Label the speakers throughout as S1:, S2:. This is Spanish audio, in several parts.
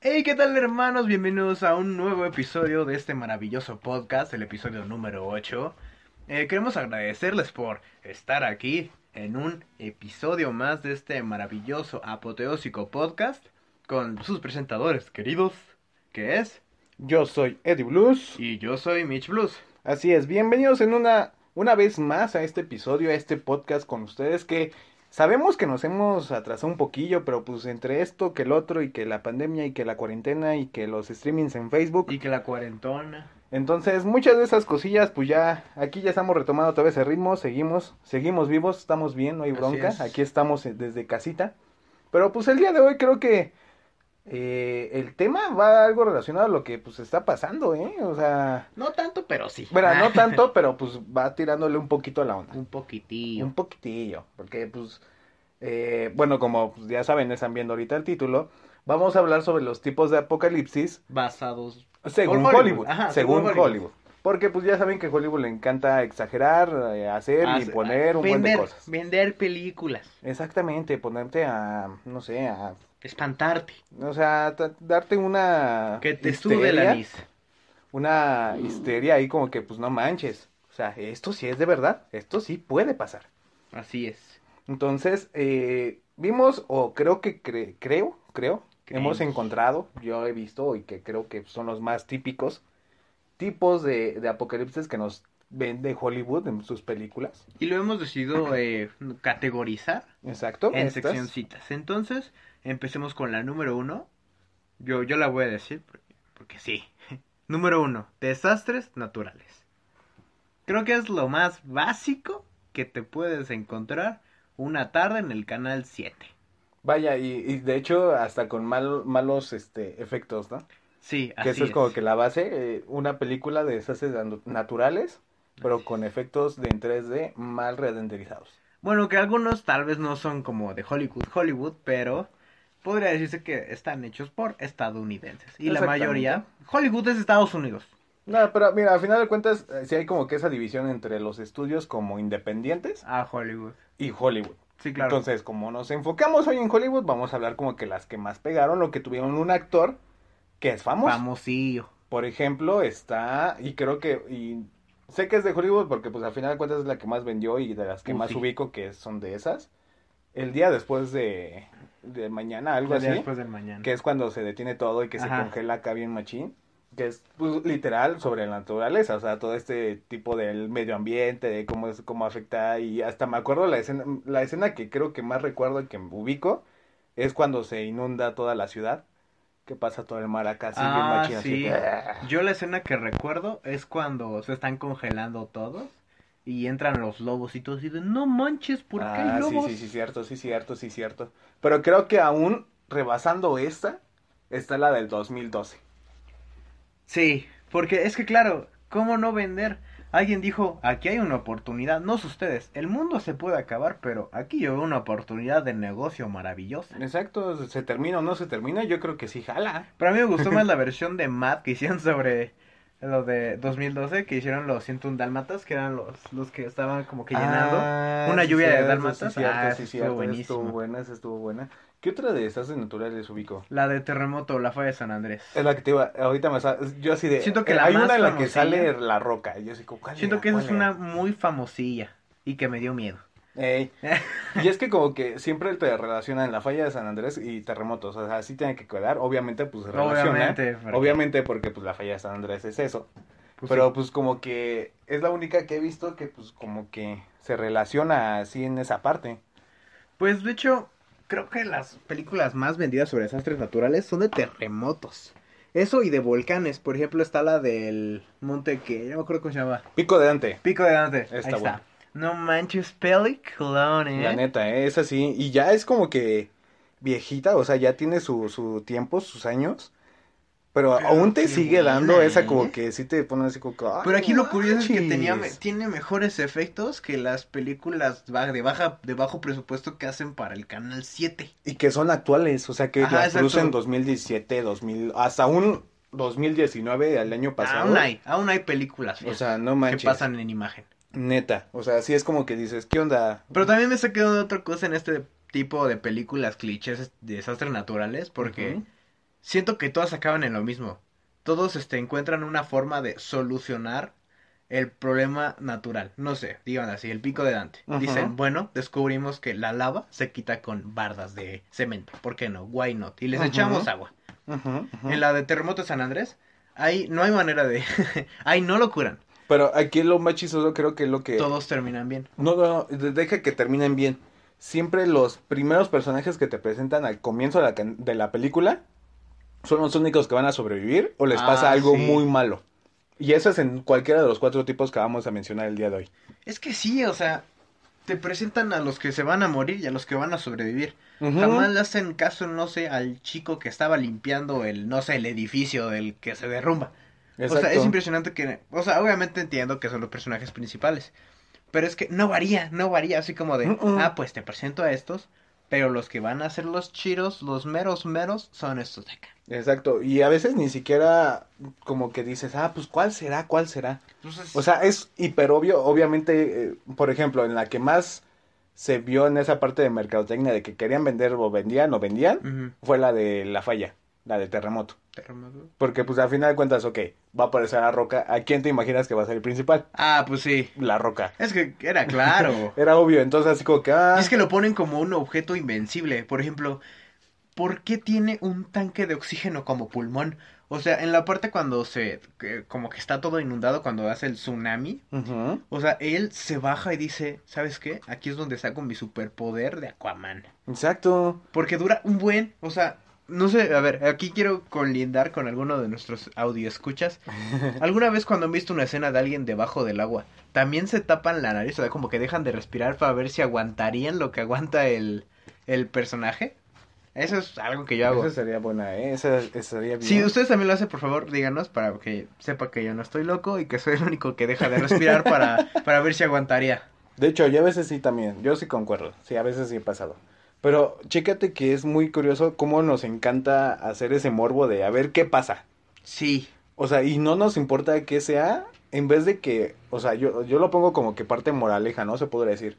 S1: Hey, ¿qué tal hermanos? Bienvenidos a un nuevo episodio de este maravilloso podcast, el episodio número 8. Eh, queremos agradecerles por estar aquí en un episodio más de este maravilloso apoteósico podcast con sus presentadores queridos, que es...
S2: Yo soy Eddie Blues.
S1: Y yo soy Mitch Blues.
S2: Así es, bienvenidos en una, una vez más a este episodio, a este podcast con ustedes que sabemos que nos hemos atrasado un poquillo, pero pues entre esto, que el otro, y que la pandemia, y que la cuarentena, y que los streamings en Facebook.
S1: Y que la cuarentona.
S2: Entonces, muchas de esas cosillas, pues ya, aquí ya estamos retomando otra vez el ritmo, seguimos, seguimos vivos, estamos bien, no hay
S1: Así
S2: bronca,
S1: es.
S2: aquí estamos eh, desde casita. Pero pues el día de hoy creo que eh, el tema va algo relacionado a lo que pues está pasando, ¿eh? O sea,
S1: No tanto, pero sí.
S2: bueno, no tanto, pero pues va tirándole un poquito a la onda.
S1: un poquitillo.
S2: Un poquitillo, porque pues, eh, bueno, como pues, ya saben, están viendo ahorita el título, vamos a hablar sobre los tipos de apocalipsis
S1: Basados...
S2: según
S1: Hollywood,
S2: Hollywood,
S1: ajá,
S2: según
S1: según
S2: Hollywood.
S1: Hollywood.
S2: Porque pues ya saben que Hollywood le encanta exagerar, eh, hacer y
S1: Hace-
S2: poner un buen de
S1: vender,
S2: cosas.
S1: Vender películas.
S2: Exactamente, ponerte a, no sé, a,
S1: Espantarte.
S2: o sea, ta- darte una
S1: Que te sube
S2: histeria,
S1: la nariz.
S2: una histeria ahí como que pues no manches. O sea, esto sí es de verdad, esto sí puede pasar.
S1: Así es.
S2: Entonces, eh, vimos, o creo que cre- creo, creo,
S1: Creemos.
S2: hemos encontrado, yo he visto y que creo que son los más típicos tipos de, de apocalipsis que nos vende Hollywood en sus películas.
S1: Y lo hemos decidido eh, categorizar
S2: Exacto.
S1: en
S2: estas.
S1: seccioncitas. Entonces, empecemos con la número uno. Yo, yo la voy a decir porque, porque sí. Número uno, desastres naturales. Creo que es lo más básico que te puedes encontrar una tarde en el canal 7.
S2: Vaya, y, y de hecho, hasta con mal- malos este, efectos, ¿no?
S1: Sí, así
S2: Que eso es como que la base, eh, una película de desastres natu- naturales, pero
S1: Así
S2: con efectos de en 3D mal renderizados.
S1: Bueno, que algunos tal vez no son como de Hollywood, Hollywood, pero podría decirse que están hechos por estadounidenses. Y la
S2: Exactamente.
S1: mayoría, Hollywood es Estados Unidos.
S2: No, pero mira, al final de cuentas, si hay como que esa división entre los estudios como independientes
S1: Ah, Hollywood.
S2: y Hollywood.
S1: Sí, claro.
S2: Entonces, como nos enfocamos hoy en Hollywood, vamos a hablar como que las que más pegaron o que tuvieron un actor que es famoso.
S1: Famosillo.
S2: Por ejemplo, está, y creo que, y sé que es de Hollywood porque pues al final de cuentas es la que más vendió y de las que
S1: Uh,
S2: más
S1: sí.
S2: ubico que son de esas. El día después de, de mañana, algo
S1: El día
S2: así.
S1: después del mañana.
S2: que es cuando se detiene todo y que
S1: Ajá.
S2: se congela acá bien machín, que es pues, literal sobre la naturaleza, o sea, todo este tipo del medio ambiente, de cómo es, cómo afecta y hasta me acuerdo la escena, la escena que creo que más recuerdo y que ubico es cuando se inunda toda la ciudad, que pasa todo el mar acá así bien
S1: Ah,
S2: machín, así
S1: sí.
S2: que-
S1: Yo la escena que recuerdo es cuando se están congelando todos y entran los lobos y todos dicen, no manches, ¿por qué hay
S2: Ah, sí,
S1: lobos?
S2: sí, sí, cierto, sí, cierto, sí, cierto. Pero creo que aún rebasando esta está la del 2012.
S1: Sí, porque es que claro, ¿cómo no vender? Alguien dijo, aquí hay una oportunidad, no sé ustedes, el mundo se puede acabar, pero aquí yo veo una oportunidad de negocio maravillosa.
S2: Exacto, se termina o no se termina, yo creo que sí jala.
S1: Pero a mí me gustó más la versión de Matt que hicieron sobre lo de 2012, que hicieron los 101 dálmatas, que eran los, los que estaban como que llenando.
S2: Ah,
S1: Una
S2: sí,
S1: lluvia de
S2: cierto,
S1: dálmatas.
S2: Sí, cierto,
S1: Ah,
S2: sí,
S1: esa
S2: cierto,
S1: estuvo
S2: esa
S1: buenísima.
S2: Estuvo buena, esa estuvo buena. ¿Qué otra de esas de naturales ubicó?
S1: La de terremoto, la falla de San Andrés.
S2: Es la que te iba, ahorita me sa- yo así de,
S1: Siento que
S2: eh,
S1: la
S2: hay
S1: más
S2: una en la que
S1: famosilla.
S2: sale la roca, y yo así como, ¿cuál
S1: Siento
S2: era?
S1: que esa
S2: ¿Cuál
S1: es
S2: era?
S1: una muy famosilla y que me dio miedo.
S2: Ey. Y es que como que siempre te relacionan la falla de San Andrés y terremotos, o sea, así tiene que quedar, obviamente pues se relaciona,
S1: Obviamente, porque-
S2: obviamente porque pues la falla de San Andrés es eso, pero pues como que es la única que he visto que pues como que se relaciona así en esa parte.
S1: Pues de hecho, creo que las películas más vendidas sobre desastres naturales son de terremotos. Eso y de volcanes. Por ejemplo, está la del monte que ya me acuerdo cómo se llama.
S2: Pico de Dante.
S1: Pico de Dante. Ahí
S2: Está
S1: está.
S2: bueno.
S1: No manches, peliculón, ¿eh?
S2: La neta, ¿eh? es así. Y ya es como que viejita, o sea, ya tiene su, su tiempo, sus años. Pero,
S1: Pero
S2: aún te
S1: qué
S2: sigue dando
S1: buena,
S2: esa
S1: ¿eh?
S2: como que sí te pone así como que,
S1: Pero aquí lo
S2: "Ay,
S1: curioso es que tenía,
S2: manches".
S1: tiene mejores efectos que las películas ba- de, baja, de bajo presupuesto que hacen para el Canal 7.
S2: Y que son actuales, o sea, que
S1: Ajá,
S2: las
S1: exacto.
S2: producen 2017, 2000, hasta un 2019, al
S1: Ah,
S2: año pasado.
S1: Aún hay, aún hay películas
S2: O
S1: feas
S2: sea, no
S1: que
S2: manches.
S1: pasan en imagen.
S2: Neta, o sea, sí es como que dices, ¿qué onda?
S1: Pero también me saqué de otra cosa en este tipo de películas clichés de desastres naturales, porque
S2: Ujú.
S1: siento que todas acaban en lo mismo. Todos este, encuentran una forma de solucionar el problema natural. No sé, digan así, el pico de Dante.
S2: Ajá.
S1: Dicen, bueno, descubrimos que la lava se quita con bardas de cemento. ¿Por qué no? Why not? Y les
S2: Ajá.
S1: echamos agua.
S2: Ujú, ujú.
S1: En la de terremoto de San Andrés, ahí no hay manera de... ahí no lo curan.
S2: Pero aquí lo más chistoso creo que es lo que...
S1: Todos terminan bien.
S2: No, no, de- deja que terminen bien. Siempre los primeros personajes que te presentan al comienzo de la, can- de la película son los únicos que van a sobrevivir o les
S1: Ah,
S2: pasa algo
S1: sí.
S2: muy malo. Y eso es en cualquiera de los cuatro tipos que vamos a mencionar el día de hoy.
S1: Es que sí, o sea, te presentan a los que se van a morir y a los que van a sobrevivir.
S2: Ujú.
S1: Jamás le hacen caso, no sé, al chico que estaba limpiando el, no sé, el edificio del que se derrumba. O sea, es
S2: Exacto.
S1: impresionante que, o sea, obviamente entiendo que son los personajes principales, pero es que no varía, no varía, así como de,
S2: Mm, mm.
S1: ah, pues te presento a estos, pero los que van a ser los chiros, los meros meros, son estos de acá.
S2: Exacto. Y a veces ni siquiera como que dices, ah, pues ¿cuál será? ¿Cuál será?
S1: Entonces,
S2: O sea, es hiper obvio, obviamente, eh, por ejemplo, en la que más se vio en esa parte de mercadotecnia de que querían vender o vendían o vendían,
S1: ujú,
S2: fue la de la falla, la de terremoto.
S1: terremoto.
S2: Porque pues al final de cuentas, ok, va a aparecer la roca. ¿A quién te imaginas que va a ser el principal?
S1: Ah, pues sí,
S2: La roca.
S1: es que era claro.
S2: Era obvio, entonces así como que... Ah,
S1: Y es que lo ponen como un objeto invencible. Por ejemplo, ¿por qué tiene un tanque de oxígeno como pulmón? O sea, en la parte cuando se, que- como que está todo inundado, cuando hace el tsunami,
S2: ujú,
S1: o sea, él se baja y dice, ¿sabes qué? Aquí es donde saco mi superpoder de Aquaman.
S2: Exacto.
S1: Porque dura un buen, o sea, no sé, a ver, aquí quiero colindar con alguno de nuestros escuchas ¿Alguna vez cuando han visto una escena de alguien debajo del agua, también se tapan la nariz, o sea, como que dejan de respirar para ver si aguantarían lo que aguanta el, el personaje? Eso es algo que yo hago.
S2: Esa sería buena, ¿eh? Esa, esa sería bien.
S1: Si ustedes también lo hacen, por favor, díganos para que sepa que yo no estoy loco y que soy el único que deja de respirar para, para ver si aguantaría.
S2: De hecho, yo a veces sí también, yo sí concuerdo, sí, a veces sí he pasado. Pero chécate que es muy curioso cómo nos encanta hacer ese morbo de a ver qué pasa.
S1: Sí.
S2: O sea, y no nos importa qué sea, en vez de que, o sea, yo, yo lo pongo como que parte moraleja, ¿no? Se podría decir.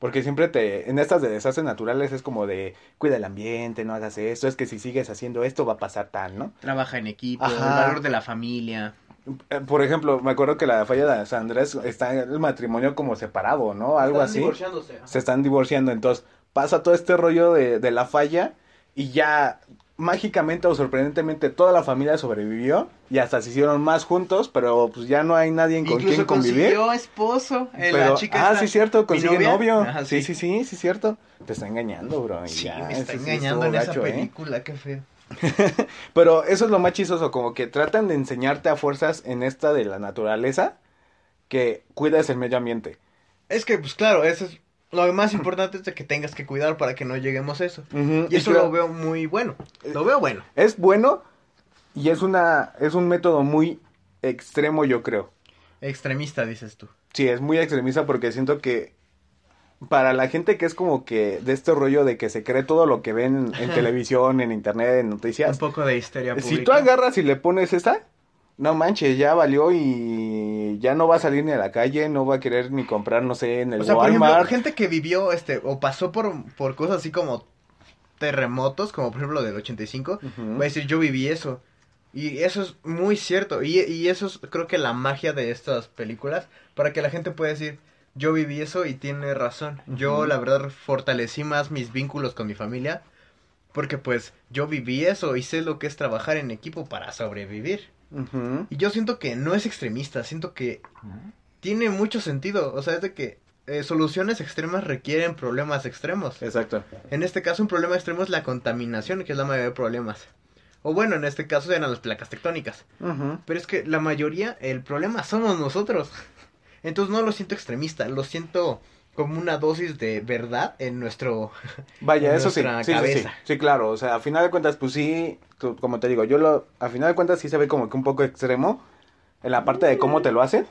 S2: Porque siempre te, en estas de desastres naturales es como de, cuida el ambiente, no hagas esto, es que si sigues haciendo esto va a pasar tal, ¿no?
S1: Trabaja en equipo, el
S2: Ajá.
S1: valor de la familia.
S2: Eh, Por ejemplo, me acuerdo que la falla de San Andrés está el matrimonio como separado, ¿no? Algo así. se están divorciando. Entonces pasa todo este rollo de, de la falla y ya mágicamente o sorprendentemente toda la familia sobrevivió y hasta se hicieron más juntos, pero pues ya no hay nadie con quien
S1: Incluso
S2: convivir.
S1: consiguió esposo. eh,
S2: Pero,
S1: la chica
S2: ah,
S1: esta-
S2: sí, cierto,
S1: mi
S2: consigue
S1: novia.
S2: novio.
S1: Ajá,
S2: sí. sí, sí, sí, cierto. Te está engañando, bro. y
S1: Sí,
S2: ya,
S1: me está
S2: eso sí
S1: engañando en
S2: estuvo
S1: esa
S2: gacho, ¿eh?
S1: película, qué feo.
S2: Pero eso es lo más chistoso, como que tratan de enseñarte a fuerzas en esta de la naturaleza que cuidas el medio ambiente.
S1: Es que, pues claro, eso es lo más importante es de que tengas que cuidar para que no lleguemos a eso.
S2: Ujú,
S1: Y eso
S2: creo-
S1: lo veo muy bueno. Lo veo bueno.
S2: Es bueno y es una es un método muy extremo, yo creo.
S1: Extremista, dices tú.
S2: Sí, es muy extremista porque siento que para la gente que es como que de este rollo de que se cree todo lo que ven en televisión, en internet, en
S1: Un
S2: noticias.
S1: poco de histeria pública.
S2: Si tú agarras y le pones esa, no manches, ya valió y ya no va a salir ni a la calle, no va a querer ni comprar, no sé, en el
S1: O sea, por ejemplo,
S2: Walmart.
S1: gente que vivió este o pasó por, por cosas así como terremotos, como por ejemplo del 85,
S2: Ujú.
S1: va a decir, yo viví eso. Y eso es muy cierto. Y, y eso es creo que la magia de estas películas, para que la gente pueda decir, yo viví eso y tiene razón. Yo
S2: Ujú.
S1: la verdad fortalecí más mis vínculos con mi familia, porque pues yo viví eso y sé lo que es trabajar en equipo para sobrevivir.
S2: Ujú.
S1: Y yo siento que no es extremista, siento que tiene mucho sentido. O sea, es de que eh, soluciones extremas requieren problemas extremos.
S2: Exacto.
S1: En este caso, un problema extremo es la contaminación, que es la mayoría de problemas. O bueno, en este caso eran las placas tectónicas.
S2: Ujú.
S1: Pero es que la mayoría, el problema somos nosotros. Entonces no lo siento extremista, lo siento como una dosis de verdad en nuestro...
S2: Vaya,
S1: en
S2: eso sí,
S1: nuestra
S2: sí, sí, sí,
S1: cabeza.
S2: sí, claro, o sea, a final de cuentas, pues sí, tú- como te digo, yo lo, a final de cuentas sí se ve como que un poco extremo en la parte de cómo te lo hacen,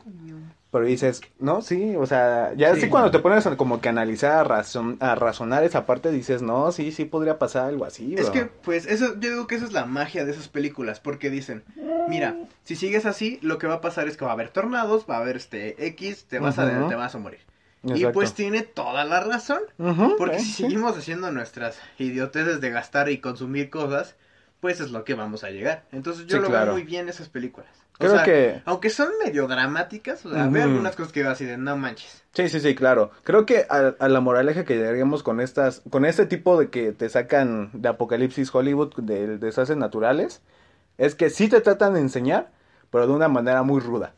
S2: pero dices, no, sí, o sea, ya
S1: Sí.
S2: sí, cuando te pones a como que analizar, a, razon- a razonar esa parte, dices, no, sí, sí podría pasar algo así,
S1: Es
S2: bro.
S1: que, pues, eso, yo digo que esa es la magia de esas películas, porque dicen, mira, si sigues así, lo que va a pasar es que va a haber tornados, va a haber este X, te vas, a,
S2: Ujú.
S1: te vas a morir. Y
S2: Exacto.
S1: pues tiene toda la razón.
S2: Ujú,
S1: Porque
S2: eh,
S1: si
S2: sí.
S1: seguimos haciendo nuestras idioteces de gastar y consumir cosas, pues es lo que vamos a llegar. Entonces yo
S2: Sí,
S1: lo veo
S2: claro.
S1: muy bien esas películas. O
S2: Creo
S1: sea,
S2: que-
S1: Aunque son medio dramáticas, o sea, veo
S2: Ujú.
S1: algunas cosas que veo así de no manches.
S2: Sí, sí, sí, claro. Creo que a, a la moraleja que lleguemos con estas, con este tipo de que te sacan de Apocalipsis Hollywood, de desastres naturales, es que sí te tratan de enseñar, pero de una manera muy ruda.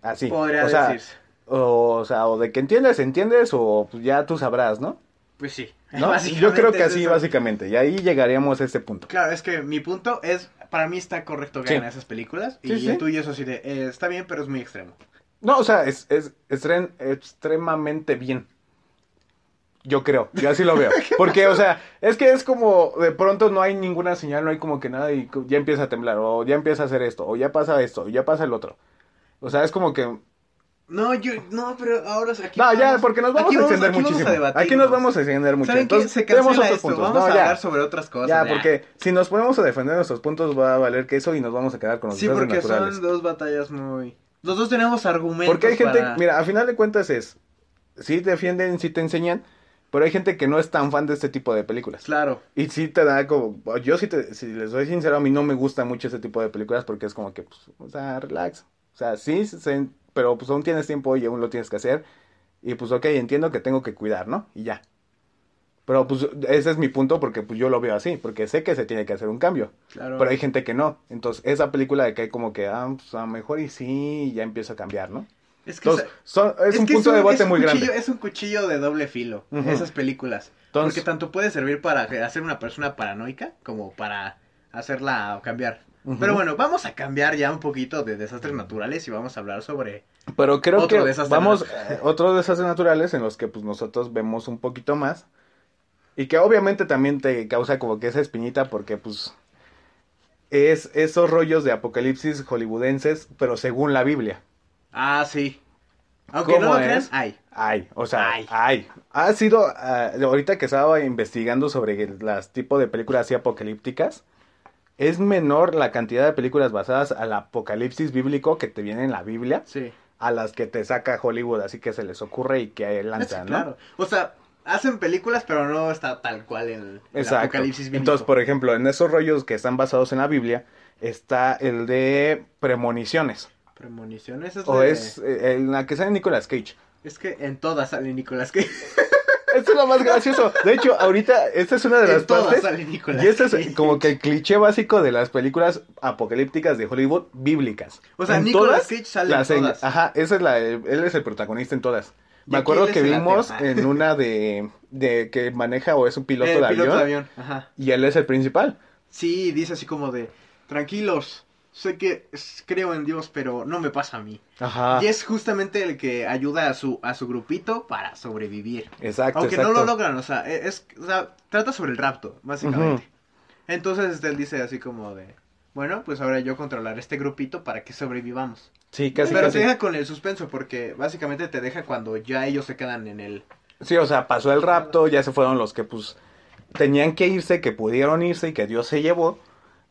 S2: Así.
S1: Podría
S2: o sea,
S1: decirse.
S2: O, o sea, o de que entiendes, entiendes, o pues, ya tú sabrás, ¿no?
S1: Pues sí.
S2: ¿No?
S1: básicamente
S2: Yo creo que
S1: es
S2: así,
S1: eso.
S2: básicamente. Y ahí llegaríamos a este punto.
S1: Claro, es que mi punto es, para mí está correcto que
S2: Sí.
S1: hagan esas películas y
S2: Sí, sí.
S1: el tuyo es así de, eh, está bien, pero es muy extremo.
S2: No, o sea, es, es estren- extremadamente bien. Yo creo, yo así lo veo. Porque, o sea, es que es como de pronto no hay ninguna señal, no hay como que nada y co- ya empieza a temblar, o ya empieza a hacer esto, o ya pasa esto, o ya pasa el otro. O sea, es como que...
S1: No, yo, no, pero ahora es aquí
S2: No, ya,
S1: vamos-
S2: porque nos vamos
S1: aquí
S2: a extender
S1: aquí vamos
S2: muchísimo.
S1: debatir,
S2: aquí nos
S1: ¿no?
S2: vamos a extender mucho.
S1: ¿Saben qué?
S2: Entonces,
S1: Se
S2: tenemos
S1: cancela
S2: otros
S1: esto,
S2: puntos.
S1: vamos
S2: No,
S1: a
S2: ya.
S1: hablar sobre otras cosas.
S2: ya,
S1: nah.
S2: porque si nos ponemos a defender nuestros puntos va a valer que eso y nos vamos a quedar con los
S1: Sí,
S2: desastres
S1: porque
S2: naturales.
S1: son dos batallas muy... Los dos tenemos argumentos
S2: Porque hay gente,
S1: para-
S2: mira, a final de cuentas es, sí defienden, sí te enseñan, pero hay gente que no es tan fan de este tipo de películas.
S1: Claro,
S2: Y sí te da como, yo sí te, si les soy sincero, a mí no me gusta mucho ese tipo de películas porque es como que, pues, o sea, relax. O sea, sí, se- pero pues aún tienes tiempo y aún lo tienes que hacer. Y pues, ok, entiendo que tengo que cuidar, ¿no? Y ya. Pero pues ese es mi punto porque pues yo lo veo así, porque sé que se tiene que hacer un cambio.
S1: claro.
S2: Pero hay gente que no. Entonces, esa película de que hay como que, ah, pues a lo mejor y sí, y ya empieza a cambiar, ¿no?
S1: Es que...
S2: Entonces,
S1: sa-
S2: son- es, un
S1: que
S2: punto de debate
S1: es un
S2: muy
S1: cuchillo-
S2: grande.
S1: Es un cuchillo de doble filo,
S2: Ujú.
S1: esas películas.
S2: Entonces-
S1: porque tanto puede servir para hacer una persona paranoica como para hacerla cambiar.
S2: Ujú.
S1: Pero bueno, vamos a cambiar ya un poquito de desastres naturales y vamos a hablar sobre...
S2: Pero creo
S1: Otro
S2: que
S1: desastre
S2: vamos eh, otros desastres naturales en los que pues nosotros vemos un poquito más y que obviamente también te causa como que esa espinita porque pues es esos rollos de apocalipsis hollywoodenses, pero según la Biblia.
S1: Ah, sí. Aunque no
S2: ¿Cómo
S1: lo crean,
S2: es?
S1: hay.
S2: Ay, o sea, ay.
S1: Ay.
S2: Ha sido, ah, ahorita que estaba investigando sobre el- las tipos de películas así apocalípticas, es menor la cantidad de películas basadas al apocalipsis bíblico que te viene en la Biblia
S1: Ah, Sí.
S2: a las que te saca Hollywood, así que se les ocurre y que lanzan,
S1: Ah, Sí,
S2: ¿no?
S1: claro. O sea, hacen películas, pero no está tal cual el, el
S2: Exacto.
S1: apocalipsis bíblico.
S2: Entonces, por ejemplo, en esos rollos que están basados en la Biblia, está el de premoniciones.
S1: Premoniciones es,
S2: O
S1: de-
S2: es eh, en la que sale Nicolas Cage.
S1: es que en todas sale Nicolas Cage.
S2: Esto es lo más gracioso. De hecho, ahorita, esta es una de las
S1: en todas
S2: partes.
S1: sale Nicolas
S2: Y este es
S1: Cage.
S2: como que el cliché básico de las películas apocalípticas de Hollywood bíblicas.
S1: O sea,
S2: En
S1: Nicolas
S2: todas
S1: Cage sale
S2: las
S1: en todas.
S2: Ajá, esa es la, él es el protagonista en todas.
S1: Y
S2: Me
S1: aquí
S2: acuerdo
S1: él
S2: que
S1: es el
S2: vimos
S1: ateo. Ah.
S2: en una de, de que maneja o es un piloto,
S1: Eh,
S2: de, avión,
S1: Ajá.
S2: y él es el principal.
S1: Sí, dice así como de, tranquilos, sé que s- creo en Dios, pero no me pasa a mí.
S2: Ajá.
S1: Y es justamente el que ayuda a su, a su grupito para sobrevivir.
S2: Exacto,
S1: Aunque
S2: exacto.
S1: no lo logran, o sea, e- es, o sea, trata sobre el rapto, básicamente. Entonces este, él dice así como de, bueno, pues ahora yo controlar este grupito para que sobrevivamos.
S2: Sí, casi,
S1: Pero
S2: casi.
S1: te deja con el suspenso porque básicamente te deja cuando ya ellos se quedan en el...
S2: Sí, o sea, pasó el rapto, ya se fueron los que pues tenían que irse, que pudieron irse y que Dios se llevó,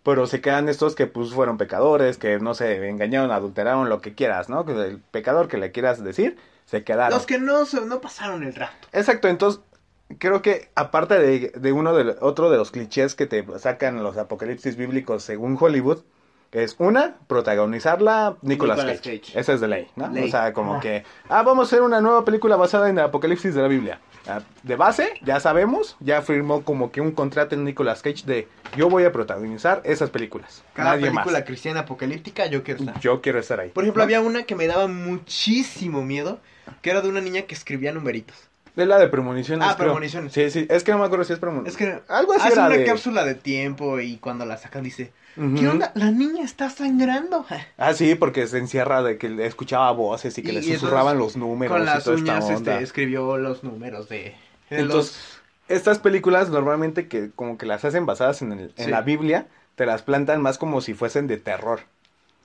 S2: pero se quedan estos que pues fueron pecadores, que no sé, engañaron, adulteraron, lo que quieras, ¿no? Que El pecador que le quieras decir, se quedaron.
S1: Los que no, se- no pasaron el rapto.
S2: Exacto, entonces creo que aparte de, de uno de lo- otro de los clichés que te sacan los apocalipsis bíblicos según Hollywood, es una, protagonizarla Nicolas,
S1: Nicolas
S2: Cage.
S1: Cage.
S2: Esa es de ley, ¿no?
S1: Ley.
S2: O sea, como
S1: Ajá.
S2: que, ah, vamos a hacer una nueva película basada en el apocalipsis de la Biblia. Ah, De base, ya sabemos, ya firmó como que un contrato en Nicolas Cage de yo voy a protagonizar esas películas.
S1: Cada
S2: Nadie
S1: película cristiana apocalíptica yo quiero estar.
S2: más. Yo quiero estar ahí.
S1: Por ejemplo,
S2: ¿no?
S1: había una que me daba muchísimo miedo, que era de una niña que escribía numeritos.
S2: Es la de premoniciones.
S1: Ah,
S2: creo.
S1: premoniciones.
S2: Sí, sí, es que no me acuerdo si es premoniciones.
S1: Es que
S2: algo así
S1: hace
S2: era
S1: una
S2: de-
S1: cápsula de tiempo y cuando la sacan dice, ¿qué
S2: Ujú.
S1: onda? La niña está sangrando.
S2: Ah, sí, porque se encierra de que le escuchaba voces y que
S1: Y- y
S2: le
S1: entonces,
S2: susurraban los números
S1: Con
S2: y
S1: las
S2: toda esta
S1: uñas
S2: onda.
S1: este, escribió los números de... de
S2: Entonces, Estas películas normalmente que como que las hacen basadas en, el- en
S1: Sí.
S2: la Biblia, te las plantan más como si fuesen de terror.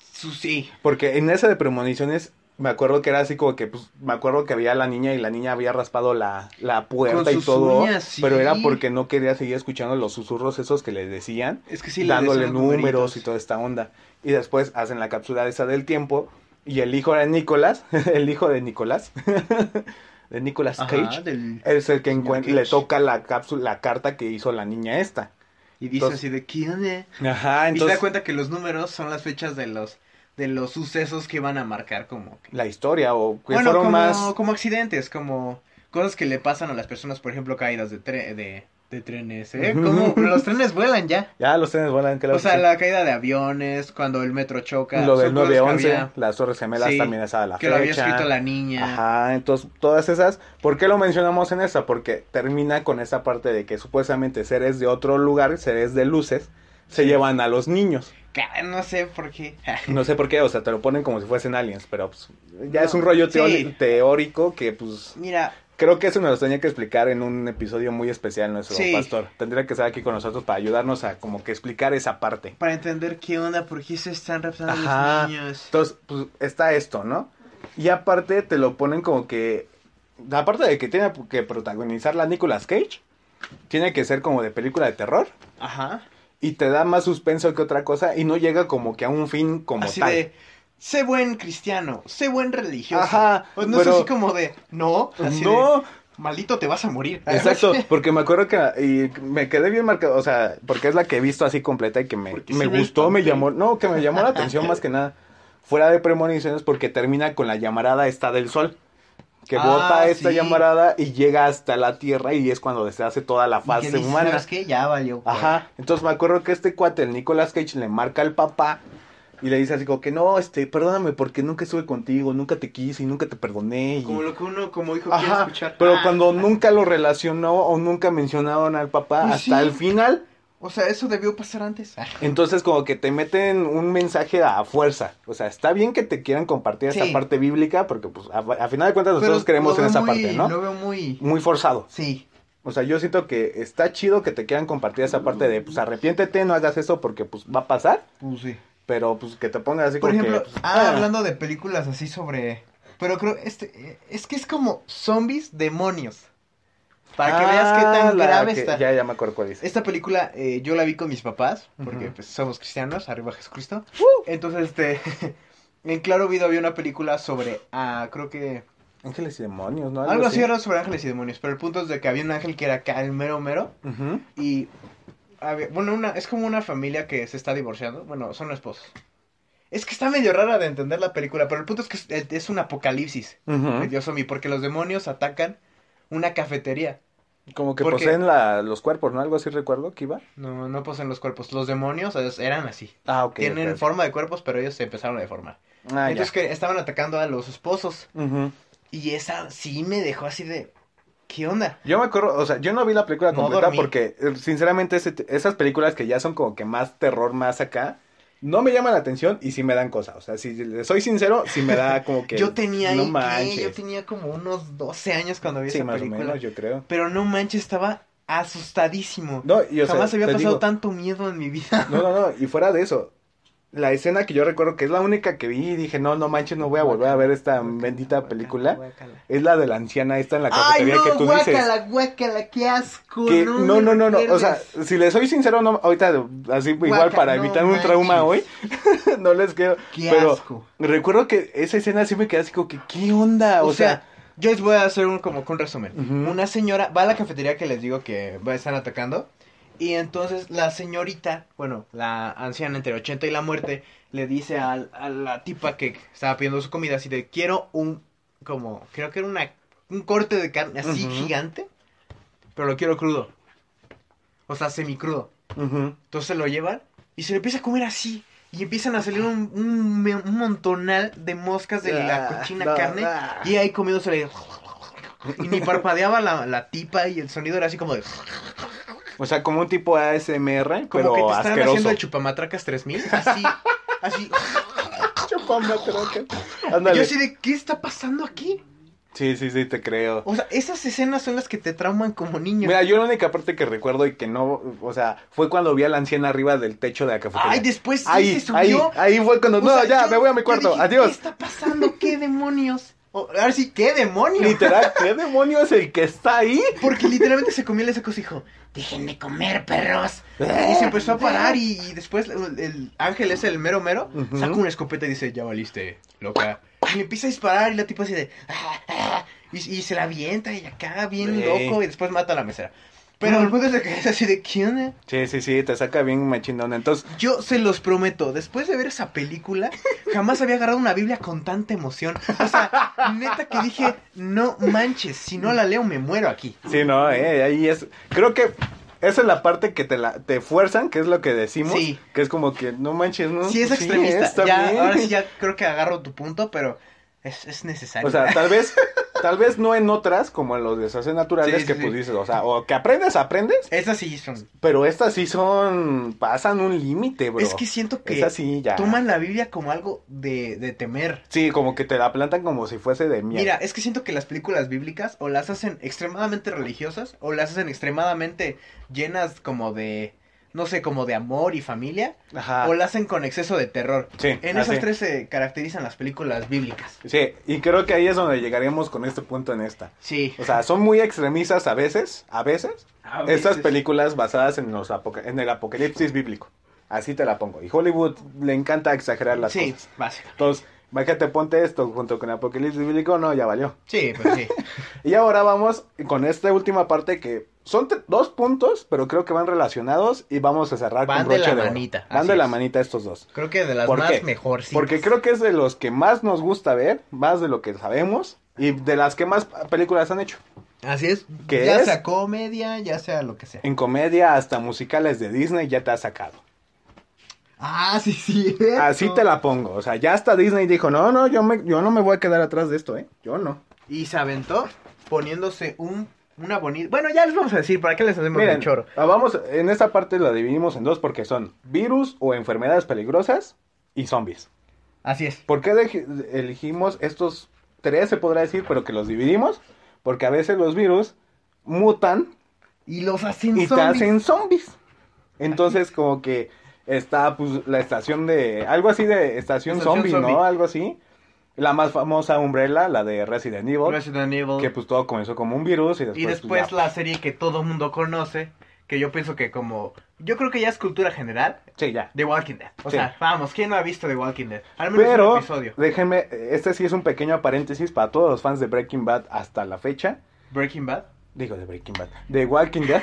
S1: los- su- sí.
S2: Porque en esa de premoniciones me acuerdo que era así como que, pues, me acuerdo que había la niña y la niña había raspado la, la puerta y
S1: sus
S2: todo,
S1: uñas, sí.
S2: pero era porque no quería seguir escuchando los susurros esos que le decían
S1: Es que sí, le
S2: dándole
S1: decían
S2: números
S1: numeritos.
S2: y toda esta onda. Y después hacen la cápsula esa del tiempo. Y el hijo de Nicolás, el hijo de Nicolás, de Nicolás
S1: Ajá,
S2: Cage,
S1: del-
S2: es el que
S1: Señor
S2: encuen-
S1: Cage.
S2: le toca la cápsula, la carta que hizo la niña esta.
S1: y dice
S2: Entonces-
S1: así de ¿quién
S2: Ajá,
S1: Y se da
S2: entonces
S1: cuenta que los números son las fechas de los de los sucesos que van a marcar como que...
S2: la historia o que
S1: bueno,
S2: fueron
S1: como,
S2: más
S1: como accidentes, como cosas que le pasan a las personas, por ejemplo, caídas de, tre- de, de trenes, ¿eh? Como los trenes vuelan ya.
S2: ya los trenes vuelan, claro
S1: o sea,
S2: que sí.
S1: la caída de aviones, cuando el metro choca.
S2: lo
S1: son
S2: del
S1: cosas que
S2: 911,
S1: había-
S2: las Torres Gemelas
S1: Sí,
S2: también es a la
S1: Que lo había
S2: fecha.
S1: escrito la niña.
S2: Ajá, entonces todas esas, ¿por qué lo mencionamos en esa? Porque termina con esa parte de que supuestamente seres de otro lugar, seres de luces, se
S1: Sí.
S2: llevan a los niños.
S1: Ca- No sé por qué.
S2: No sé por qué, o sea, te lo ponen como si fuesen aliens, pero pues, ya
S1: No,
S2: es un rollo teo-
S1: sí.
S2: teórico que pues
S1: Mira,
S2: creo que eso nos lo tenía que explicar en un episodio muy especial nuestro
S1: Sí.
S2: pastor. Tendría que estar aquí con nosotros para ayudarnos a como que explicar esa parte.
S1: para entender qué onda, por qué se están raptando
S2: Ajá.
S1: los niños.
S2: Entonces, pues está esto, ¿no? Y aparte te lo ponen como que. Aparte de que tiene que protagonizar la Nicolas Cage, tiene que ser como de película de terror.
S1: Ajá.
S2: Y te da más suspenso que otra cosa. Y no llega como que a un fin como
S1: así
S2: tal.
S1: de, sé buen cristiano, sé buen religioso.
S2: Ajá,
S1: O No
S2: pero- pues,
S1: es así como de, no, así de,
S2: no,
S1: maldito te vas a morir.
S2: exacto. Porque me acuerdo que. Y me quedé bien marcado. O sea, porque es la que he visto así completa y que me,
S1: Porque
S2: me
S1: sí me
S2: gustó, me
S1: espanté.
S2: llamó. No, que me llamó la atención más que nada. Fuera de premoniciones, porque termina con la llamarada esta del sol. Que
S1: Ah,
S2: bota esta
S1: sí.
S2: llamarada y llega hasta la tierra y es cuando se hace toda la
S1: Y que
S2: fase
S1: dices,
S2: humana.
S1: ¿Sabes qué? Ya valió. pues.
S2: Ajá. Entonces me acuerdo que este cuate, el Nicolas Cage, le marca al papá y le dice así como que no, este, perdóname porque nunca estuve contigo, nunca te quise y nunca te perdoné. y-
S1: Como lo que uno como hijo quiere
S2: Ajá,
S1: escuchar.
S2: pero
S1: Ah,
S2: cuando nunca lo relacionó o nunca mencionaron al papá
S1: Pues
S2: hasta
S1: sí.
S2: el final,
S1: O sea, eso debió pasar antes. Ah.
S2: entonces como que te meten un mensaje a fuerza. O sea, está bien que te quieran compartir esa
S1: Sí.
S2: parte bíblica porque pues a, a final de cuentas nosotros
S1: Pero
S2: creemos
S1: lo
S2: en
S1: veo
S2: esa
S1: muy-
S2: parte, ¿no?
S1: Lo veo muy...
S2: Muy forzado.
S1: Sí.
S2: O sea, yo siento que está chido que te quieran compartir esa parte de pues arrepiéntete, no hagas eso porque pues va a pasar,
S1: Pues sí.
S2: pero pues que te pongas así
S1: Por
S2: como
S1: ejemplo,
S2: que pues,
S1: ah, hablando de películas así sobre... Pero creo, este, eh, es que es como zombies, demonios. Para que
S2: ah,
S1: veas qué tan
S2: la
S1: grave
S2: que-
S1: está.
S2: Ya, ya me acuerdo cuál es.
S1: Esta película eh, yo la vi con mis papás, porque
S2: Ujú.
S1: pues, somos cristianos, arriba Jesucristo. Entonces, este, en Claro Video había una película sobre, ah, creo que...
S2: Ángeles y demonios, ¿no?
S1: Algo así era sobre ángeles y demonios, pero el punto es de que había un ángel que era acá, el mero mero,
S2: Ujú.
S1: y... había- bueno, una, es como una familia que se está divorciando, bueno, son esposos. Es que está medio rara de entender la película, pero el punto es que es, es un apocalipsis
S2: Ujú.
S1: de Dios zombie, porque los demonios atacan una cafetería.
S2: Como que
S1: Porque-
S2: poseen la, los cuerpos, ¿no? Algo así recuerdo que iba.
S1: No, no poseen los cuerpos, los demonios es- eran así.
S2: Ah, ok.
S1: Tienen
S2: ok.
S1: forma de cuerpos, pero ellos se empezaron a deformar.
S2: Ah, ya.
S1: Entonces que estaban atacando a los esposos.
S2: Ujú.
S1: Y esa sí me dejó así de. ¿Qué onda?
S2: Yo me acuerdo, o sea, yo no vi la película
S1: No
S2: completa
S1: dormí.
S2: porque, eh, sinceramente, ese t- esas películas que ya son como que más terror, más acá, no me llaman la atención y sí me dan cosas. O sea, si le soy sincero, sí me da como que.
S1: yo tenía
S2: No
S1: ahí, ¿qué?
S2: manches.
S1: Yo tenía como unos 12 años cuando vi
S2: sí,
S1: esa
S2: más o
S1: película.
S2: menos, yo creo.
S1: Pero no manches, estaba asustadísimo.
S2: No, y, o sea,
S1: Jamás había
S2: te
S1: pasado
S2: digo-
S1: tanto miedo en mi vida.
S2: No, no, no, y fuera de eso, la escena que yo recuerdo que es la única que vi y dije, no, no manches, no voy a volver a ver esta bendita película,
S1: Guácala.
S2: es la de la anciana esta en la
S1: Ay,
S2: cafetería
S1: no,
S2: que tú dices.
S1: guácala, guácala, qué asco.
S2: que no, no,
S1: me
S2: no, no, o sea,
S1: recuerdes.
S2: si les soy sincero, no, ahorita así igual
S1: Guaca,
S2: para
S1: no
S2: evitar un trauma hoy,
S1: manches.
S2: no les quedo,
S1: Qué
S2: pero
S1: asco.
S2: recuerdo que esa escena sí me quedé así como que, ¿qué onda?
S1: O,
S2: O,
S1: sea, yo les voy a hacer un, como que un resumen.
S2: Ujú.
S1: Una señora va a la cafetería que les digo que va- están atacando. Y entonces la señorita, bueno, la anciana entre 80 y la muerte, le dice al- a, la tipa que estaba pidiendo su comida así de quiero un, como, creo que era una, un corte de carne así
S2: Ujú.
S1: gigante, pero lo quiero crudo. O sea, semicrudo.
S2: ujú,
S1: Entonces se lo llevan y se lo empieza a comer así. Y empiezan a salir un, un me- un montonal de moscas de la
S2: Ah,
S1: cochina
S2: no,
S1: carne.
S2: ah.
S1: Y ahí comiéndosele. Y ni parpadeaba la, la tipa y el sonido era así como de.
S2: o sea, como un tipo ASMR,
S1: Como
S2: pero
S1: que te estaban
S2: asqueroso.
S1: haciendo el chupamatracas 3000. Así. Así.
S2: Chupamatraca.
S1: Y
S2: Ándale.
S1: Yo así de, ¿qué está pasando aquí?
S2: Sí, sí, sí, te creo.
S1: O sea, esas escenas son las que te trauman como niño.
S2: Mira, yo la única parte que recuerdo y que no, o sea, fue cuando vi a la anciana arriba del techo de la cafetería.
S1: Ay, después sí
S2: ahí,
S1: se
S2: ahí,
S1: subió.
S2: ahí fue cuando,
S1: O
S2: no,
S1: sea,
S2: ya,
S1: yo-
S2: me voy a mi
S1: yo
S2: cuarto,
S1: dije,
S2: adiós.
S1: ¿Qué está pasando? ¿Qué demonios? O- ahora sí, ¿qué demonios?
S2: Literal, ¿qué demonio es el que está ahí?
S1: Porque literalmente se comió el cosa y dijo, dejen de comer, perros. Y se empezó a parar y, y después el, el ángel es el mero mero,
S2: Ujú.
S1: saca una escopeta y dice, ya valiste, loca. Y le empieza a disparar y la tipa así de, "Ah, ah", y, y se la avienta y acá bien
S2: Güey.
S1: loco y después mata a la mesera. Pero
S2: Mm.
S1: el juego se queda así de ¿quién? eh?
S2: Sí, sí, sí, te saca bien machinón. Entonces,
S1: Yo se los prometo, después de ver esa película, jamás había agarrado una Biblia con tanta emoción. O sea, neta que dije, no manches, si no la leo me muero aquí.
S2: sí, no, eh, ahí es. Creo que esa es la parte que te la te fuerzan, que es lo que decimos.
S1: Sí.
S2: Que es como que no manches, no. pues
S1: Sí, es extremista.
S2: está
S1: ya,
S2: bien.
S1: Ahora sí, ya creo que agarro tu punto, pero es, es necesario.
S2: O sea, tal vez, tal vez no en otras, como en los desastres naturales
S1: Sí,
S2: que
S1: sí,
S2: pues
S1: sí.
S2: dices, o sea, o que aprendes, aprendes,
S1: Esas sí son.
S2: pero estas sí son, pasan un límite, bro.
S1: Es que siento que
S2: Esas sí ah. ya.
S1: toman la Biblia como algo de, de temer.
S2: Sí, como que te la plantan como si fuese de mierda.
S1: Mira, es que siento que las películas bíblicas o las hacen extremadamente religiosas o las hacen extremadamente llenas como de, no sé, como de amor y familia
S2: Ajá.
S1: o las hacen con exceso de terror.
S2: Ah. Sí,
S1: En
S2: así.
S1: esas tres se caracterizan las películas bíblicas.
S2: Sí, y creo que ahí es donde llegaremos con este punto en esta.
S1: Sí.
S2: O sea, son muy extremistas a veces, a veces,
S1: A
S2: estas
S1: veces.
S2: películas basadas en, los apoca- en el apocalipsis bíblico. Así te la pongo. Y Hollywood le encanta exagerar las
S1: Sí,
S2: cosas.
S1: básicamente.
S2: Entonces, te ponte esto junto con el apocalipsis bíblico, no, ya valió.
S1: Sí, pues sí.
S2: Y ahora vamos con esta última parte que son tre- dos puntos, pero creo que van relacionados y vamos a cerrar
S1: Van
S2: con
S1: de
S2: broche
S1: la
S2: oro.
S1: manita,
S2: Van
S1: así
S2: de la
S1: es.
S2: manita estos dos.
S1: Creo que de las
S2: ¿Por
S1: más
S2: qué?
S1: mejor, sí.
S2: Porque creo que es de los que más nos gusta ver, más de lo que sabemos y de las que más películas han hecho.
S1: Así es.
S2: ¿Qué
S1: ya
S2: es?
S1: sea comedia, ya sea lo que sea.
S2: En comedia hasta musicales de Disney ya te ha sacado.
S1: Ah, sí, sí.
S2: Así te la pongo. O sea, ya hasta Disney dijo, no, no, yo, me, yo no me voy a quedar atrás de esto, ¿eh? Yo no.
S1: Y se aventó poniéndose un, una bonita... Bueno, ya les vamos a decir, ¿para qué les hacemos
S2: Miren,
S1: el choro?
S2: ah, vamos, en esta parte la dividimos en dos porque son virus o enfermedades peligrosas y zombies.
S1: Así es.
S2: ¿Por qué deji- elegimos estos tres, se podrá decir, pero que los dividimos? Porque a veces los virus mutan
S1: Y los hacen
S2: y te
S1: zombies.
S2: hacen zombies. Entonces, como que está pues, la estación de. Algo así de estación,
S1: Estación
S2: zombie, ¿no?
S1: zombie.
S2: Algo así. La más famosa Umbrella, la de Resident Evil.
S1: Resident Evil.
S2: Que pues todo comenzó como un virus y después.
S1: y después
S2: pues, ya,
S1: la serie que todo mundo conoce, que yo pienso que como... Yo creo que ya es cultura general,
S2: Sí, ya.
S1: The Walking Dead. O
S2: Sí.
S1: sea, vamos, ¿quién no ha visto The Walking Dead? Al menos un
S2: Pero,
S1: episodio.
S2: déjenme, este sí es un pequeño paréntesis para todos los fans de Breaking Bad hasta la fecha.
S1: Breaking Bad.
S2: Digo, de Breaking Bad. De Walking Dead.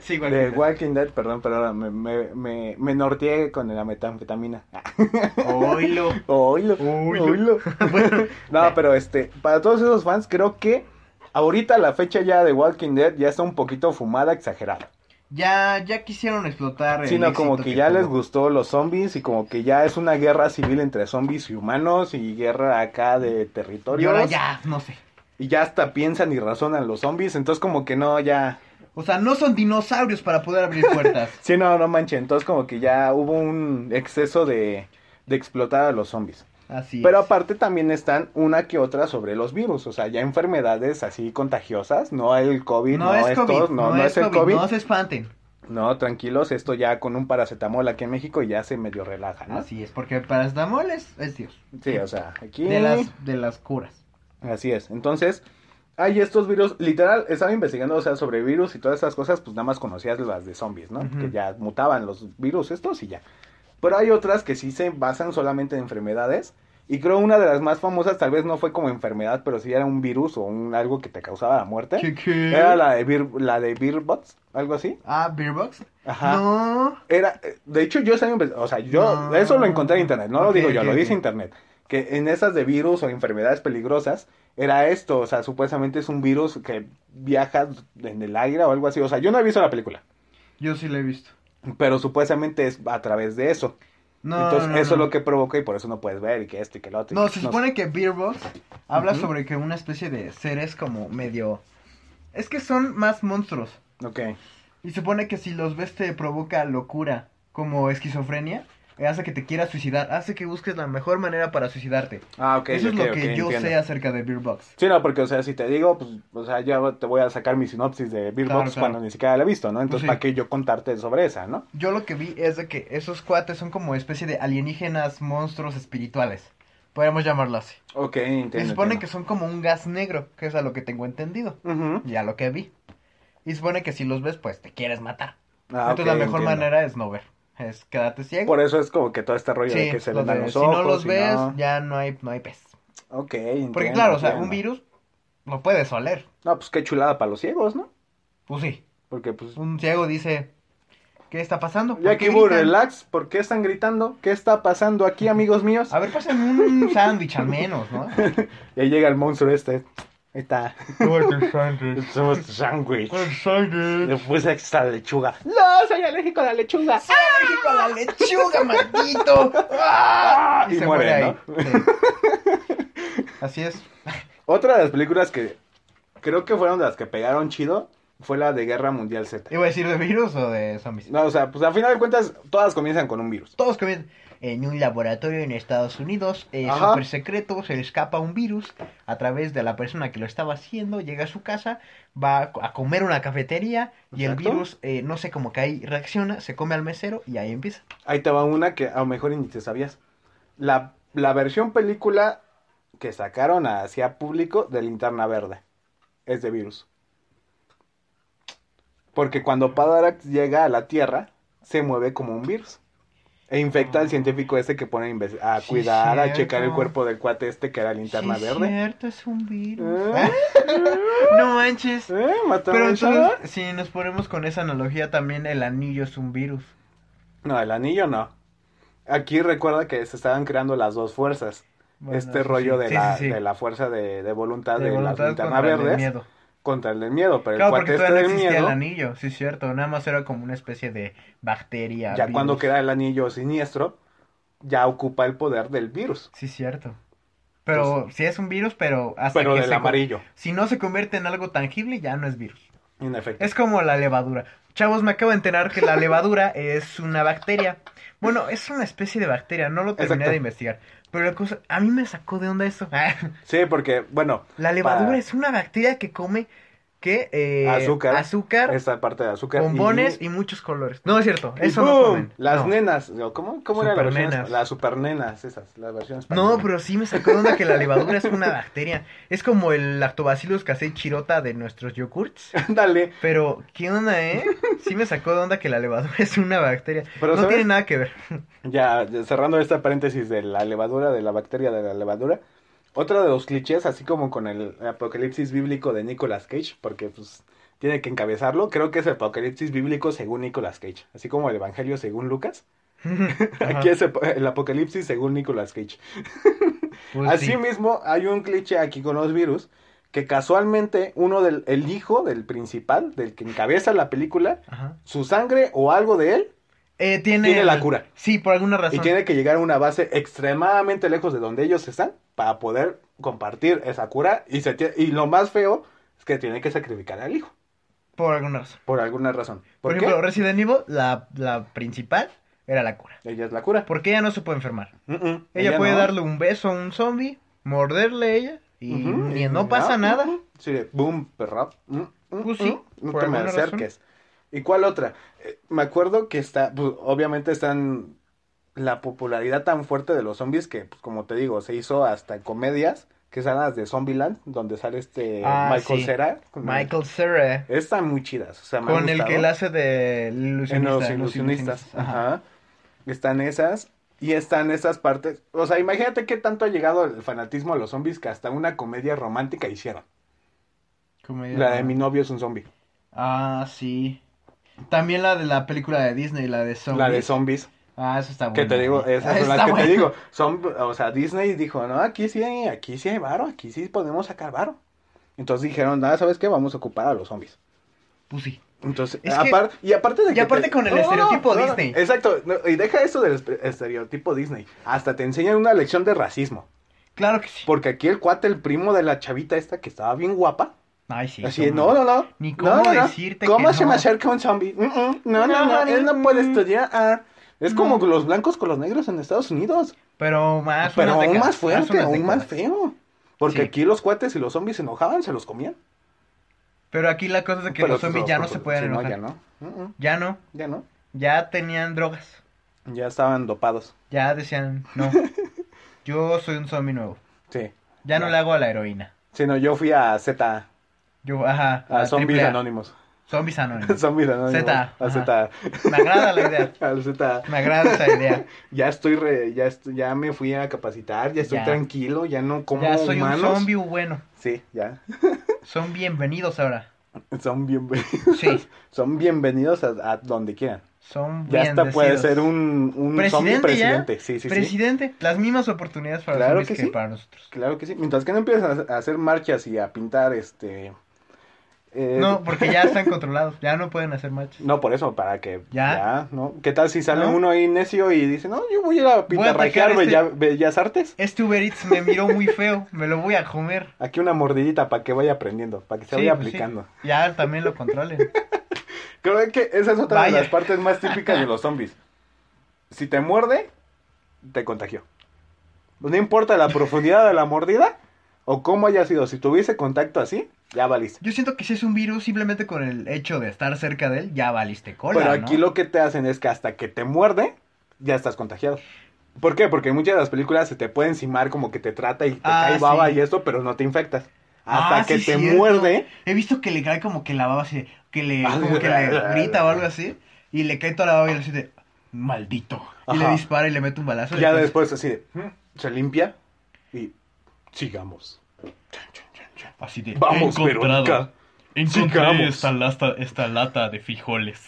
S1: Sí, Walking
S2: de
S1: Dead.
S2: Walking Dead, perdón, pero ahora me, me, me, me norteé con la metanfetamina.
S1: Oilo.
S2: Oilo,
S1: Oilo.
S2: oilo.
S1: Bueno,
S2: No, pero este, para todos esos fans, creo que ahorita la fecha ya de Walking Dead ya está un poquito fumada, exagerada.
S1: ya, ya quisieron explotar el
S2: Sino como
S1: éxito
S2: que, ya
S1: tuvo.
S2: les gustó los zombies y como que ya es una guerra civil entre zombies y humanos y guerra acá de
S1: Y
S2: territorios.
S1: ahora ya, no sé.
S2: Y ya hasta piensan y razonan los zombies, entonces como que no, ya.
S1: O sea, no son dinosaurios para poder abrir puertas.
S2: Sí, no, no manchen, entonces como que ya hubo un exceso de, de explotar a los zombies.
S1: Así
S2: Pero
S1: es.
S2: aparte también están una que otra sobre los virus, o sea, ya enfermedades así contagiosas, no el COVID, no,
S1: es
S2: estos,
S1: COVID,
S2: no, no es el COVID.
S1: No se espanten.
S2: No, tranquilos, esto ya con un paracetamol aquí en México ya se medio relaja, ¿no?
S1: Así es, porque el paracetamol es, es Dios.
S2: Sí, o sea, aquí...
S1: De las, de las curas.
S2: Así es. Entonces, hay estos virus, literal, estaba investigando, o sea, sobre virus y todas esas cosas, pues nada más conocías las de zombies, ¿no?
S1: Ujú.
S2: Que ya mutaban los virus estos y ya. Pero hay otras que sí se basan solamente en enfermedades. Y creo una de las más famosas tal vez no fue como enfermedad, pero sí era un virus o un algo que te causaba la muerte.
S1: ¿Qué, qué?
S2: Era la de Vir, la de Virbots, algo así.
S1: Ah, Beerbox.
S2: Ajá.
S1: No.
S2: Era, eh, de hecho, yo sabía, o sea, yo,
S1: No.
S2: eso lo encontré en internet, no lo
S1: Ok,
S2: digo yo,
S1: ok,
S2: lo dice
S1: ok.
S2: internet, que en esas de virus o enfermedades peligrosas, era esto, o sea, supuestamente es un virus que viaja en el aire o algo así, o sea, yo no he visto la película,
S1: Yo sí la he visto.
S2: pero supuestamente es a través de eso,
S1: No.
S2: entonces
S1: no,
S2: eso
S1: no.
S2: es lo que provoca y por eso no puedes ver y que esto y que lo otro. y
S1: No,
S2: que-
S1: se supone que Beerbox habla
S2: Ujú.
S1: sobre que una especie de seres como medio. Es que son más monstruos.
S2: Ok,
S1: Y supone que si los ves te provoca locura, como esquizofrenia, eh, hace que te quieras suicidar, hace que busques la mejor manera para suicidarte.
S2: ah, ok,
S1: Eso es
S2: ok,
S1: lo que
S2: ok,
S1: yo
S2: entiendo.
S1: sé acerca de Beer Box.
S2: Sí, no, porque, o sea, si te digo, pues, o sea, yo te voy a sacar mi sinopsis de Beer
S1: Claro,
S2: Box
S1: claro.
S2: cuando ni siquiera la he visto, ¿no? Entonces,
S1: sí.
S2: ¿para qué yo contarte sobre esa, no?
S1: Yo lo que vi es de que esos cuates son como especie de alienígenas monstruos espirituales. Podríamos llamarlo así.
S2: Ok, entiendo.
S1: Se supone
S2: entiendo.
S1: que son como un gas negro, que es a lo que tengo entendido.
S2: Ujú.
S1: Ya lo que vi. Y supone que si los ves, pues te quieres matar.
S2: Ah,
S1: Entonces
S2: ok,
S1: la mejor
S2: entiendo.
S1: manera es no ver. Es quédate ciego.
S2: Por eso es como que todo este rollo de
S1: Sí,
S2: que se
S1: lo
S2: vendan
S1: de,
S2: los
S1: si
S2: ojos.
S1: no los
S2: y
S1: ves,
S2: no.
S1: ya no hay, no hay pez.
S2: Ok, entiendo,
S1: Porque claro, o sea,
S2: entiendo.
S1: un virus lo puedes oler.
S2: No, pues qué chulada para los ciegos, ¿no?
S1: Pues sí.
S2: Porque pues
S1: Un ciego dice, ¿qué está pasando? ¿Por
S2: ya
S1: qué
S2: que hubo
S1: gritan?
S2: relax, ¿por qué están gritando? ¿Qué está pasando aquí, amigos míos?
S1: A ver, pásenme un sándwich al menos, ¿no?
S2: Ya llega el monstruo este. Ahí está.
S1: sándwich.
S2: Somos sándwich.
S1: sándwich.
S2: Le puse esta lechuga. No, soy alérgico a la lechuga.
S1: con la lechuga, maldito! ¡Ah!
S2: Y muere,
S1: Sí. Así es.
S2: Otra de las películas que creo que fueron de las que pegaron chido fue la de Guerra Mundial Z.
S1: ¿Iba a decir de virus o de zombies?
S2: No, o sea, pues al final de cuentas todas comienzan con un virus.
S1: Todos comienzan. En un laboratorio en Estados Unidos, eh,
S2: Ajá.
S1: súper secreto, se le escapa un virus a través de la persona que lo estaba haciendo, llega a su casa, va a co- a comer a una cafetería y el
S2: Exacto.
S1: virus, eh, no sé cómo que ahí reacciona, se come al mesero y ahí empieza.
S2: Ahí te va una que a lo mejor ni te sabías. La, la versión película que sacaron hacia público de Linterna Verde es de virus. Porque cuando Padarax llega a la Tierra, se mueve como un virus. E infecta al científico este que pone a inves- a
S1: Ah. Sí,
S2: cuidar, a checar el
S1: cierto.
S2: cuerpo del cuate este que era Linterna
S1: Sí,
S2: Verde.
S1: cierto, es un virus.
S2: ¿Eh?
S1: no manches.
S2: ¿Eh? ¿Mataron
S1: Pero
S2: a Sharon?
S1: entonces, si nos ponemos con esa analogía también, el anillo es un virus.
S2: No, el anillo no. Aquí recuerda que se estaban creando las dos fuerzas.
S1: Bueno,
S2: este
S1: eso
S2: rollo
S1: sí.
S2: de,
S1: Sí,
S2: la,
S1: sí, sí.
S2: de la fuerza de, de voluntad
S1: De
S2: de,
S1: voluntad
S2: la linterna
S1: contra el
S2: verde
S1: miedo.
S2: contra el del miedo. Pero
S1: Claro,
S2: el cuate
S1: porque
S2: este
S1: todavía no
S2: del
S1: existía el
S2: miedo,
S1: anillo, sí es cierto, nada más era como una especie de bacteria.
S2: ya
S1: virus.
S2: cuando queda el anillo siniestro, ya ocupa el poder del virus.
S1: Sí es cierto. Pero sí es un virus, pero hasta
S2: Pero
S1: que
S2: del
S1: se co-
S2: amarillo,
S1: si no se convierte en algo tangible, ya no es virus.
S2: en efecto.
S1: Es como la levadura. Chavos, me acabo de enterar que la levadura es una bacteria. Bueno, es una especie de bacteria, no lo terminé
S2: Exacto.
S1: de investigar. Pero la cosa, a mí me sacó de onda eso.
S2: Sí, porque, bueno,
S1: La levadura
S2: Para-
S1: es una bacteria que come que eh,
S2: Azúcar.
S1: azúcar,
S2: esta parte de azúcar. y-
S1: bombones y... muchos colores. No es cierto,
S2: y
S1: eso no
S2: ¡boom!
S1: comen.
S2: Las
S1: no.
S2: nenas, ¿no? ¿cómo, cómo era la versión?
S1: Supernenas.
S2: espa- Las supernenas, esas, las versiones.
S1: No, pero sí me sacó de onda que la levadura es una bacteria. Es como el lactobacillus casei chirota de nuestros yogurts.
S2: Ándale,
S1: Pero, ¿qué onda, eh? Sí me sacó de onda que la levadura es una bacteria.
S2: pero
S1: no
S2: ¿sabes?
S1: tiene nada que ver.
S2: Ya, ya cerrando esta paréntesis de la levadura, de la bacteria de la levadura, otro de los clichés, así como con el apocalipsis bíblico de Nicolas Cage, porque pues tiene que encabezarlo, creo que es el apocalipsis bíblico según Nicolas Cage, así como el evangelio según Lucas,
S1: Ajá.
S2: aquí es el, el apocalipsis según Nicolas Cage.
S1: Pues
S2: Así
S1: sí.
S2: mismo hay un cliché aquí con los virus, que casualmente uno del, el hijo del principal, del que encabeza la película,
S1: Ajá.
S2: su sangre o algo de él
S1: Eh, tiene...
S2: tiene la cura.
S1: Sí, por alguna razón.
S2: Y tiene que llegar a una base extremadamente lejos de donde ellos están para poder compartir esa cura. Y, se tie- y lo más feo es que tiene que sacrificar al hijo,
S1: Por alguna razón.
S2: por alguna razón.
S1: Por,
S2: ¿Por, qué?
S1: ejemplo, Resident Evil, la, la principal era la cura.
S2: Ella es la cura.
S1: Porque ella no se puede enfermar.
S2: Mm, mm,
S1: Ella puede
S2: no.
S1: darle un beso a un zombie, morderle a ella y
S2: Ujú,
S1: ni- no pasa nada.
S2: ujú. Sí, de boom, perra. Mm, mm,
S1: Pues sí,
S2: mm, No
S1: por
S2: te me
S1: alguna razón.
S2: acerques. ¿Y cuál otra? Eh, me acuerdo que está, pues, obviamente están la popularidad tan fuerte de los zombies que, pues, como te digo, se hizo hasta comedias, que son las de Zombieland, donde sale este
S1: Ah,
S2: Michael
S1: sí.
S2: Cera.
S1: Michael Cera, eh,
S2: Están muy chidas, o sea, me han
S1: con el que
S2: gustado.
S1: la hace de ilusionista.
S2: En los
S1: los
S2: ilusionistas.
S1: ilusionistas, ajá.
S2: Ajá. Están esas. Y están esas partes. O sea, imagínate qué tanto ha llegado el fanatismo a los zombies que hasta una comedia romántica hicieron.
S1: Comedia
S2: La de
S1: romántica.
S2: mi novio es un zombie.
S1: Ah, sí. También la de la película de Disney, la de Zombies.
S2: La de zombies.
S1: Ah, eso está
S2: Que
S1: bueno. Ah,
S2: te digo, esas son las
S1: Está
S2: que te
S1: bueno.
S2: digo. Son, o sea, Disney dijo, no, aquí sí, hay- aquí sí hay varo, aquí sí podemos sacar varo. Entonces dijeron, nada, ¿sabes qué? Vamos a ocupar a los zombies.
S1: Pues sí.
S2: Entonces,
S1: Es que-
S2: aparte, y aparte de
S1: y
S2: que
S1: aparte con el estereotipo Disney.
S2: exacto, no, y deja eso del espe- estereotipo Disney. Hasta te enseñan una lección de racismo.
S1: Claro que sí.
S2: Porque aquí el cuate, el primo de la chavita esta que estaba bien guapa,
S1: Ay, sí.
S2: así de,
S1: toma.
S2: no, no, no.
S1: Ni
S2: no,
S1: cómo
S2: no, no,
S1: decirte
S2: ¿Cómo
S1: que
S2: se me
S1: no?"
S2: acerca un zombie? Mm, mm,
S1: No,
S2: No, no, no, él no
S1: mm,
S2: puede
S1: mm.
S2: estudiar. Ah, Es como
S1: No.
S2: los blancos con los negros en Estados Unidos.
S1: Pero más
S2: pero
S1: unas
S2: aún
S1: décadas, ah,
S2: más fuerte,
S1: unas
S2: aún más
S1: décadas.
S2: feo. Porque
S1: Sí.
S2: aquí los cuates y los zombies se enojaban, se los comían.
S1: Pero aquí la cosa es que
S2: Pero pues,
S1: los zombies ya no se pueden
S2: sí,
S1: enojar.
S2: ya no. Mm, mm,
S1: Ya no.
S2: Ya no.
S1: Ya tenían drogas.
S2: Ya estaban dopados.
S1: Ya decían, no. Yo soy un zombie nuevo.
S2: Sí.
S1: Ya no
S2: Ya.
S1: le hago a la heroína.
S2: Sino yo fui a Z,
S1: Yo, ajá.
S2: a Ah, Zombies
S1: triple A.
S2: Anónimos.
S1: Zombies anónimos.
S2: zombies Anónimos.
S1: Z,
S2: A
S1: ajá.
S2: Z.
S1: Me agrada la idea.
S2: Al Z.
S1: Me agrada esa idea.
S2: Ya estoy, re- ya estoy- ya me fui a capacitar, ya estoy
S1: Ya.
S2: tranquilo, ya no como
S1: Ya soy
S2: humanos.
S1: un zombie bueno.
S2: Sí, ya.
S1: Son bienvenidos ahora.
S2: Son, bienven-
S1: Sí,
S2: son bienvenidos a, a donde quieran.
S1: son
S2: Ya hasta puede
S1: bendecidos.
S2: ser un, un
S1: Presidente ya.
S2: zombie presidente. Sí, sí, sí.
S1: Presidente, las mismas oportunidades para los
S2: Claro
S1: zombies
S2: que
S1: que,
S2: sí.
S1: para nosotros.
S2: Claro que sí. Mientras que no empiezan a hacer marchas y a pintar este... eh,
S1: No, porque ya están controlados, ya no pueden hacer marchas.
S2: No, por eso, para que
S1: ¿Ya?
S2: ya, ¿no? ¿Qué tal si sale
S1: ¿No?
S2: uno ahí necio y dice, no, yo voy a ir a
S1: atacar
S2: pintarrajear
S1: este-
S2: bella- Bellas Artes?
S1: Este Uber Eats me miró muy feo, me lo voy a comer.
S2: Aquí una mordidita para que vaya aprendiendo, para que se
S1: Sí,
S2: vaya
S1: pues sí.
S2: aplicando.
S1: Ya también lo controlen.
S2: Creo que esa es otra de
S1: Vaya.
S2: las partes más típicas de los zombies. Si te muerde, te contagió. Pues no importa la profundidad de la mordida o cómo haya sido, si tuviese contacto así, ya valiste.
S1: Yo siento que si es un virus, simplemente con el hecho de estar cerca de él, ya valiste cola,
S2: Pero
S1: ¿no?
S2: aquí lo que te hacen es que hasta que te muerde, ya estás contagiado. ¿Por qué? Porque en muchas de las películas se te puede encimar como que te trata y te
S1: Ah,
S2: cae baba
S1: sí.
S2: y esto, pero no te infectas.
S1: Ah,
S2: Hasta que
S1: sí,
S2: te
S1: cierto.
S2: muerde,
S1: He visto que le cae como que la baba así, que le,
S2: Ah,
S1: como que le grita o algo así, y le cae toda la baba y le dice, maldito. Y le
S2: Ajá.
S1: dispara y le mete un balazo. y
S2: ya
S1: después-
S2: después así de, "Mm", se limpia y sigamos.
S1: Así de,
S2: Vamos,
S1: encontrado.
S2: Verónica.
S3: Encontré
S2: Sigamos.
S3: esta, lasta- esta lata de frijoles.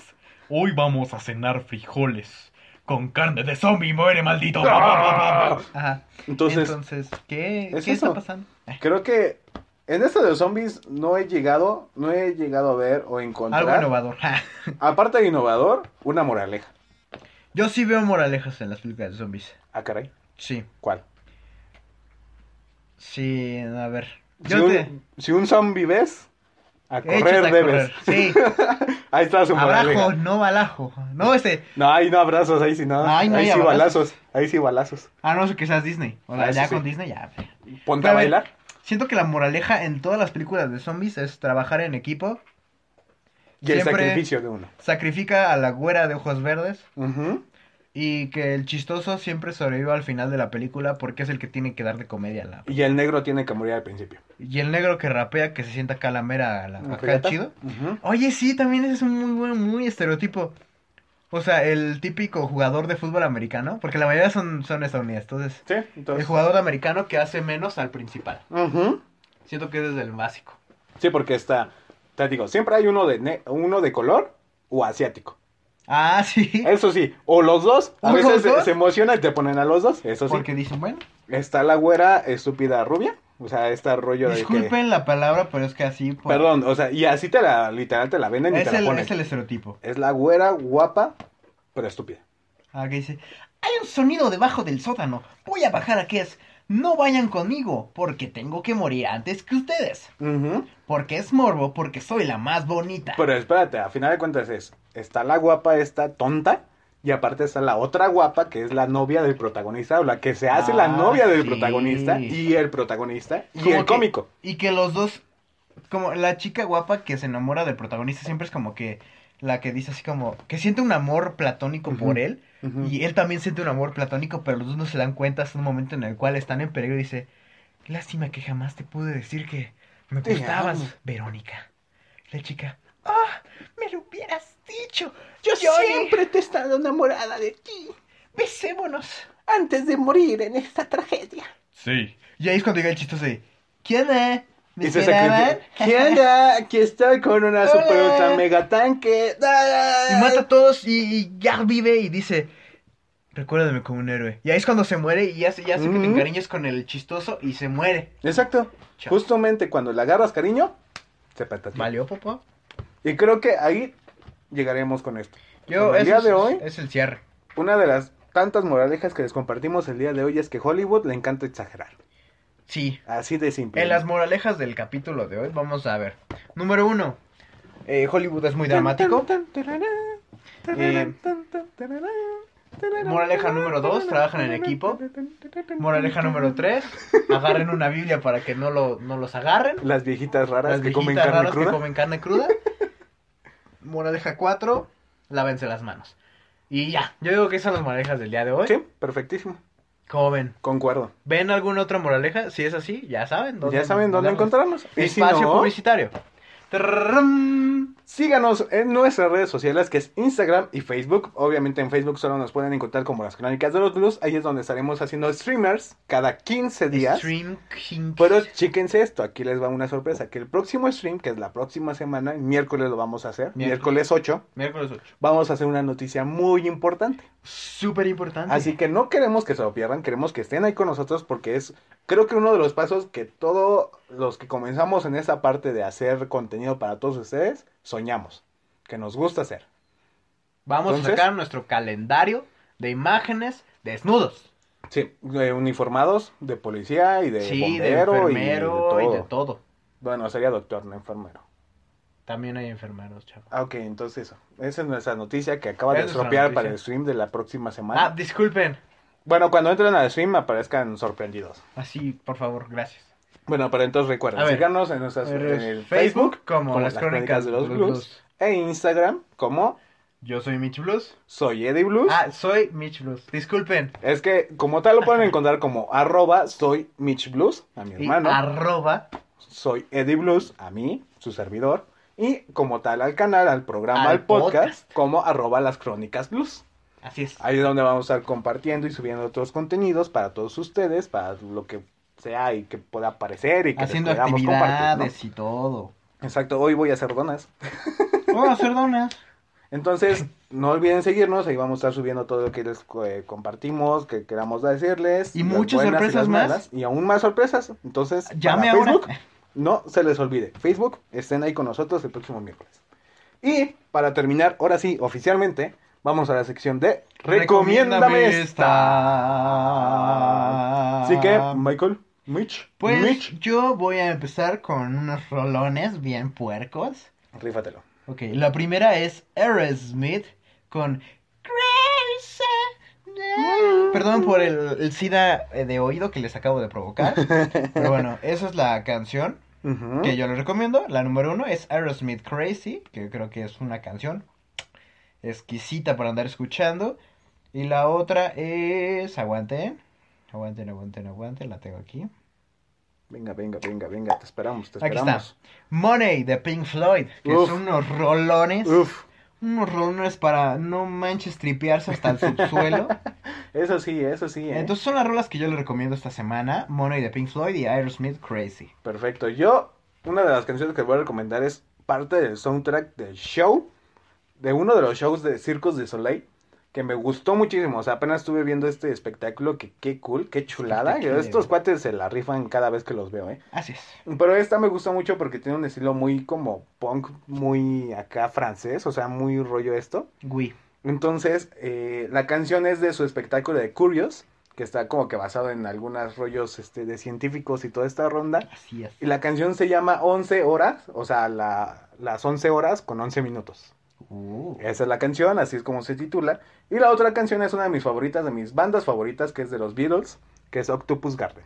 S3: Hoy vamos a cenar frijoles. Con carne de zombie, muere maldito.
S2: ¡Ah!
S1: Ajá. Entonces,
S2: Entonces,
S1: ¿qué,
S2: ¿es
S1: ¿qué está
S2: eso?
S1: pasando? Eh,
S2: creo que en esto de los zombies no he llegado, no he llegado a ver o encontrar,
S1: Algo innovador. ja.
S2: aparte de innovador, una moraleja.
S1: Yo sí veo moralejas en las películas de zombies.
S2: Ah, caray,
S1: Sí,
S2: ¿cuál?
S1: sí, a ver.
S2: Si
S1: Yo te...
S2: un, si un zombie ves, a
S1: Échate
S2: correr
S1: a
S2: debes.
S1: correr. Sí,
S2: Ahí está su moraleja.
S1: abajo, no balajo. No, este.
S2: No, ahí no abrazos, ahí sí no.
S1: Ay, no
S2: ahí
S1: hay
S2: sí
S1: abrazos.
S2: balazos, ahí sí balazos.
S1: Ah, no, eso que seas Disney. O sea,
S2: Ah, eso
S1: ya
S2: sí.
S1: con Disney, ya. pues.
S2: Ponte
S1: Pero,
S2: a bailar.
S1: Siento que la moraleja en todas las películas de zombies es trabajar en equipo.
S2: Y el
S1: siempre-
S2: sacrificio de uno.
S1: Sacrifica a la güera de ojos verdes.
S2: Ujú.
S1: Y que el chistoso siempre sobreviva al final de la película porque es el que tiene que dar de comedia a la.
S2: Y el negro tiene que morir al principio.
S1: Y el negro que rapea que se sienta calamera a la acá
S2: Fíjate.
S1: Ah, chido.
S2: Ujú.
S1: Oye, sí, también ese es un muy buen, muy estereotipo. O sea, el típico jugador de fútbol americano, porque la mayoría son, son estadounidenses, entonces,
S2: Sí,
S1: el
S2: entonces.
S1: jugador americano que hace menos al principal.
S2: Ujú.
S1: Siento que es desde el básico.
S2: Sí, porque está. Te digo, siempre hay uno de ne- uno de color o asiático.
S1: Ah, sí.
S2: Eso sí, o los dos. A
S1: ¿O
S2: veces
S1: los
S2: se-
S1: dos?
S2: se emociona y te ponen a los dos. Eso sí.
S1: Porque dicen, bueno,
S2: Está la güera estúpida rubia. O sea, está rollo de que.
S1: disculpen la palabra, pero es que así pues,
S2: Perdón, o sea, y así te la, literal, te la venden y
S1: es
S2: te la
S1: el,
S2: ponen.
S1: es el estereotipo.
S2: Es la güera guapa, pero estúpida.
S1: Ah, que dice, hay un sonido debajo del sótano, voy a bajar a qué es. No vayan conmigo, porque tengo que morir antes que ustedes.
S2: Ujú.
S1: Porque es morbo, porque soy la más bonita.
S2: Pero espérate, a final de cuentas es, está la guapa esta tonta y aparte está la otra guapa que es la novia del protagonista o la que se hace
S1: Ah,
S2: la novia del
S1: sí.
S2: protagonista y el protagonista y
S1: Como
S2: el
S1: que-
S2: cómico.
S1: Y que los dos, como la chica guapa que se enamora del protagonista siempre es como que la que dice así como que siente un amor platónico por
S2: Ujú.
S1: él
S2: Ujú.
S1: y él también siente un amor platónico, pero los dos no se dan cuenta hasta un momento en el cual están en peligro y dice, lástima que jamás te pude decir que me
S2: Te
S1: gustabas,
S2: amo".
S1: Verónica. La chica, ah, me lo hubieras dicho.
S4: Yo
S1: Johnny,
S4: siempre te he estado enamorada de ti
S1: besémonos.
S4: antes de morir en esta tragedia.
S3: Sí,
S1: Y ahí es cuando llega el chistoso de, ¿quién es? ¿Me
S2: Y se
S1: esperaban?".
S2: sacrifica. ¿Quién da? Aquí estoy con una super
S1: Hola.
S2: ultra mega tanque. Da, da, da.
S1: Y mata a todos y, y ya vive y dice, recuérdame como un héroe. Y ahí es cuando se muere y hace, ya hace que te
S2: Ujú.
S1: encariñes con el chistoso y se muere.
S2: Exacto.
S1: Chao.
S2: Justamente cuando le agarras cariño, se patatea.
S1: ¿Valió, papá?
S2: Y creo que ahí llegaremos con esto. Con el día
S1: es,
S2: de hoy,
S1: es el cierre.
S2: una de las tantas moralejas que les compartimos el día de hoy es que Hollywood le encanta exagerar.
S1: Sí.
S2: Así de simple.
S1: En las moralejas del capítulo de hoy vamos a ver. Número uno, eh, Hollywood es muy dramático. Eh,
S2: Tan, tan, tararán, tararán, tan, tan, tararán, tararán,
S1: moraleja número dos, trabajan en equipo. Moraleja número tres, agarren una Biblia para que no, lo, no los agarren.
S2: Las viejitas raras
S1: Las
S2: que comen
S1: viejitas
S2: carne
S1: raras que
S2: cruda.
S1: comen carne cruda. Moraleja 4, lávense las manos. Y ya, yo digo que esas son las moralejas del día de hoy.
S2: Sí, perfectísimo.
S1: ¿Cómo ven?
S2: Concuerdo.
S1: ¿Ven alguna otra moraleja? Si es así, ya saben.
S2: Ya saben dónde
S1: encontrar
S2: encontrarnos. Y si
S1: Espacio
S2: no,
S1: publicitario. Trrrrrrm.
S2: Síganos en nuestras redes sociales, que es Instagram y Facebook. Obviamente en Facebook solo nos pueden encontrar como las crónicas de los blues. Ahí es donde estaremos haciendo streamers cada 15 días.
S1: Stream King.
S2: Pero chéquense esto, aquí les va una sorpresa, que el próximo stream, que es la próxima semana, miércoles lo vamos a hacer,
S1: Miércoles.
S2: miércoles 8,
S1: Miércoles 8.
S2: vamos a hacer una noticia muy importante.
S1: Súper importante.
S2: Así que no queremos que se lo pierdan, queremos que estén ahí con nosotros porque es, creo que uno de los pasos que todos los que comenzamos en esa parte de hacer contenido para todos ustedes, soñamos, que nos gusta hacer.
S1: Vamos
S2: Entonces-
S1: a sacar nuestro calendario de imágenes desnudos.
S2: Sí, de uniformados de policía y de
S1: sí,
S2: bombero
S1: de
S2: y
S1: enfermero
S2: de
S1: y
S2: todo.
S1: de, todo.
S2: Bueno, sería doctor, no enfermero.
S1: También hay enfermeros, chavo.
S2: Ah, ok, entonces eso. Esa es nuestra noticia que acaba
S1: Esa
S2: de
S1: es nuestra
S2: estropear
S1: noticia.
S2: para el stream de la próxima semana.
S1: Ah, disculpen.
S2: Bueno, cuando entren al stream aparezcan sorprendidos.
S1: Así, por favor, gracias.
S2: Bueno, pero entonces recuerden,
S1: A ver.
S2: síganos en, nuestras, en
S1: Eres
S2: el
S1: Facebook
S2: Facebook
S1: como, las crónicas, de los blues.
S2: e Instagram como
S1: Yo soy Mitch Blues.
S2: soy Eddie Blues.
S1: Ah, soy Mitch Blues. Disculpen.
S2: Es que como tal lo pueden encontrar como arroba soy Mitch Blues, a mi
S1: Y
S2: hermano.
S1: arroba
S2: soy Eddie Blues, a mí, su servidor. Y como tal al canal, al programa, al,
S1: Al
S2: podcast,
S1: podcast.
S2: como arroba las crónicas blues.
S1: Así es.
S2: Ahí es donde vamos a estar compartiendo y subiendo otros contenidos para todos ustedes, para lo que sea y que pueda aparecer y que les
S1: Haciendo
S2: podamos compartir, ¿no?
S1: actividades y todo.
S2: Exacto, hoy voy a hacer donas.
S1: Vamos a hacer donas.
S2: Entonces, no olviden seguirnos, ahí vamos a estar subiendo todo lo que les eh, compartimos, que queramos decirles.
S1: Y
S2: las
S1: muchas
S2: buenas y
S1: sorpresas
S2: las
S1: más.
S2: malas, Y aún más sorpresas. Entonces,
S1: Llame
S2: para
S1: ahora.
S2: Facebook, no se les olvide. Facebook, estén ahí con nosotros el próximo miércoles. Y para terminar, ahora sí, oficialmente, vamos a la sección de Recomiéndame esta.
S1: esta.
S2: Así que, Michael, Mitch,
S1: Pues
S2: Mitch,
S1: yo voy a empezar con unos rolones bien puercos.
S2: rífatelo.
S1: Ok, la primera es Aerosmith con Crazy. Perdón por el, el sida eh, de oído que les acabo de provocar. Pero bueno, esa es la canción
S2: Ujú.
S1: que yo les recomiendo. La número uno es Aerosmith Crazy, que creo que es una canción exquisita para andar escuchando. Y la otra es. Aguanten. Aguanten, aguanten, aguanten. La tengo aquí.
S2: Venga, venga, venga, venga, te esperamos, te
S1: Aquí
S2: esperamos.
S1: Money de Pink Floyd, que
S2: Uf.
S1: son unos rolones.
S2: Uf,
S1: Unos rolones para no manches tripearse hasta el subsuelo.
S2: eso sí, eso sí. ¿eh?
S1: Entonces son las rolas que yo les recomiendo esta semana. Money de Pink Floyd y Aerosmith Crazy.
S2: Perfecto. Yo, una de las canciones que voy a recomendar es parte del soundtrack del show, de uno de los shows de Circos de Soleil, que me gustó muchísimo. O sea, apenas estuve viendo este espectáculo, que qué cool, qué chulada.
S1: Espectacular.
S2: Estos cuates se la rifan cada vez que los veo, ¿eh?
S1: Así es.
S2: Pero esta me gusta mucho porque tiene un estilo muy como punk, muy acá francés, o sea, muy rollo esto.
S1: Gui.
S2: Entonces, eh, la canción es de su espectáculo de Curious, que está como que basado en algunos rollos este, de científicos y toda esta ronda.
S1: Así es.
S2: Y la canción se llama 11 horas, o sea, la- las 11 horas con 11 minutos.
S1: Uh.
S2: Esa es la canción, así es como se titula. Y la otra canción es una de mis favoritas, de mis bandas favoritas, que es de los Beatles, que es Octopus Garden.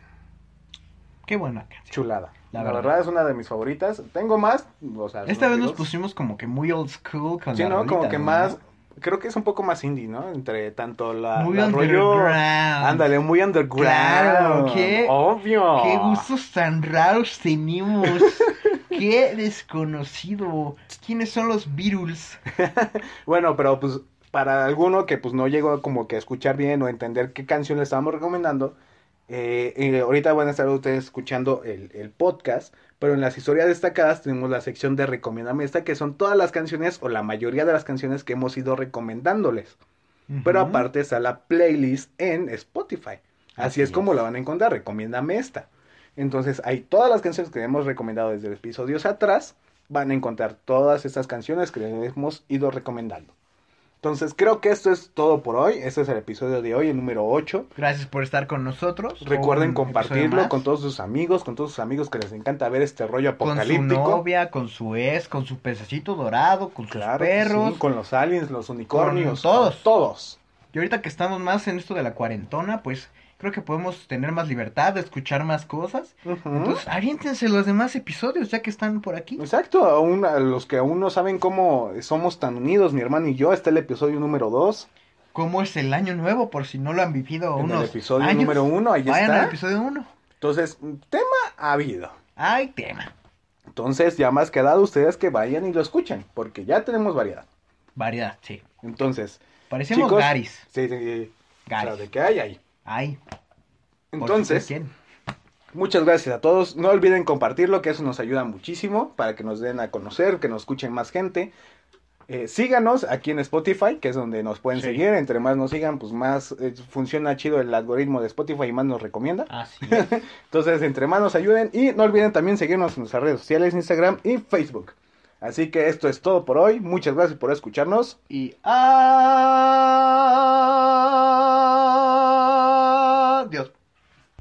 S1: Qué buena canción.
S2: Chulada.
S1: La
S2: La,
S1: verdad.
S2: verdad. es una de mis favoritas. Tengo más, o sea,
S1: Esta
S2: los
S1: vez nos
S2: Beatles.
S1: pusimos como que muy old school con
S2: Sí,
S1: las
S2: ¿no? Como
S1: rolitas,
S2: que
S1: ¿no?
S2: más, creo que es un poco más indie, ¿no? Entre tanto la,
S1: Muy
S2: la rollo-
S1: underground.
S2: Ándale, muy underground.
S1: Claro, qué-
S2: Obvio.
S1: Qué gustos tan raros tenemos. Qué desconocido. ¿Quiénes son los Beatles?
S2: Bueno, pero pues para alguno que pues no llegó como que a escuchar bien o entender qué canción le estábamos recomendando, eh, eh, ahorita van a estar ustedes escuchando el, el podcast, pero en las historias destacadas tenemos la sección de Recomiéndame esta, que son todas las canciones o la mayoría de las canciones que hemos ido recomendándoles. Pero
S1: Ujú.
S2: aparte está la playlist en Spotify.
S1: Así
S2: Así es como
S1: es.
S2: la van a encontrar, recomiéndame esta. Entonces, hay todas las canciones que hemos recomendado desde episodios atrás, van a encontrar todas estas canciones que les hemos ido recomendando. Entonces, creo que esto es todo por hoy. Este es el episodio de hoy, el número 8.
S1: Gracias por estar con nosotros. Un
S2: Recuerden
S1: episodio
S2: compartirlo
S1: más.
S2: con todos sus amigos, con todos sus amigos que les encanta ver este rollo
S1: Con su
S2: apocalíptico.
S1: novia, con su ex, con su pececito dorado, con
S2: Claro,
S1: sus
S2: que
S1: perros.
S2: sí, con los aliens, los unicornios,
S1: todos.
S2: con todos.
S1: Y ahorita que estamos más en esto de la cuarentona, pues creo que podemos tener más libertad de escuchar más cosas.
S2: Ujú. Pues
S1: Entonces, aviéntense los demás episodios ya que están por aquí.
S2: Exacto, aún a los que aún no saben cómo somos tan unidos, mi hermano y yo, está el episodio número 2,
S1: ¿Cómo es el año nuevo? Por si no lo han vivido
S2: en
S1: unos
S2: el episodio
S1: años.
S2: número 1, ahí
S1: Vayan al
S2: está.
S1: episodio 1.
S2: Entonces, tema ha habido,
S1: Ay, tema.
S2: Entonces, ya más que dado, ustedes que vayan y lo escuchen, porque ya tenemos variedad.
S1: Variedad, sí.
S2: Entonces,
S1: Parecemos
S2: chicos,
S1: Garis.
S2: Sí, sí, sí. O sea,
S1: Garis.
S2: de que hay ahí.
S1: Ay. por
S2: Entonces,
S1: si quieren.
S2: Muchas gracias a todos. No olviden compartirlo, que eso nos ayuda muchísimo para que nos den a conocer, que nos escuchen más gente. Eh, síganos aquí en Spotify, que es donde nos pueden
S3: Sí.
S2: seguir. Entre más nos sigan, pues más eh, funciona chido el algoritmo de Spotify y más nos recomienda.
S1: Así es.
S2: Entonces, entre más nos ayuden y no olviden también seguirnos en nuestras redes sociales, Instagram y Facebook. Así que esto es todo por hoy. Muchas gracias por escucharnos.
S1: Y. ¡Ah! ah,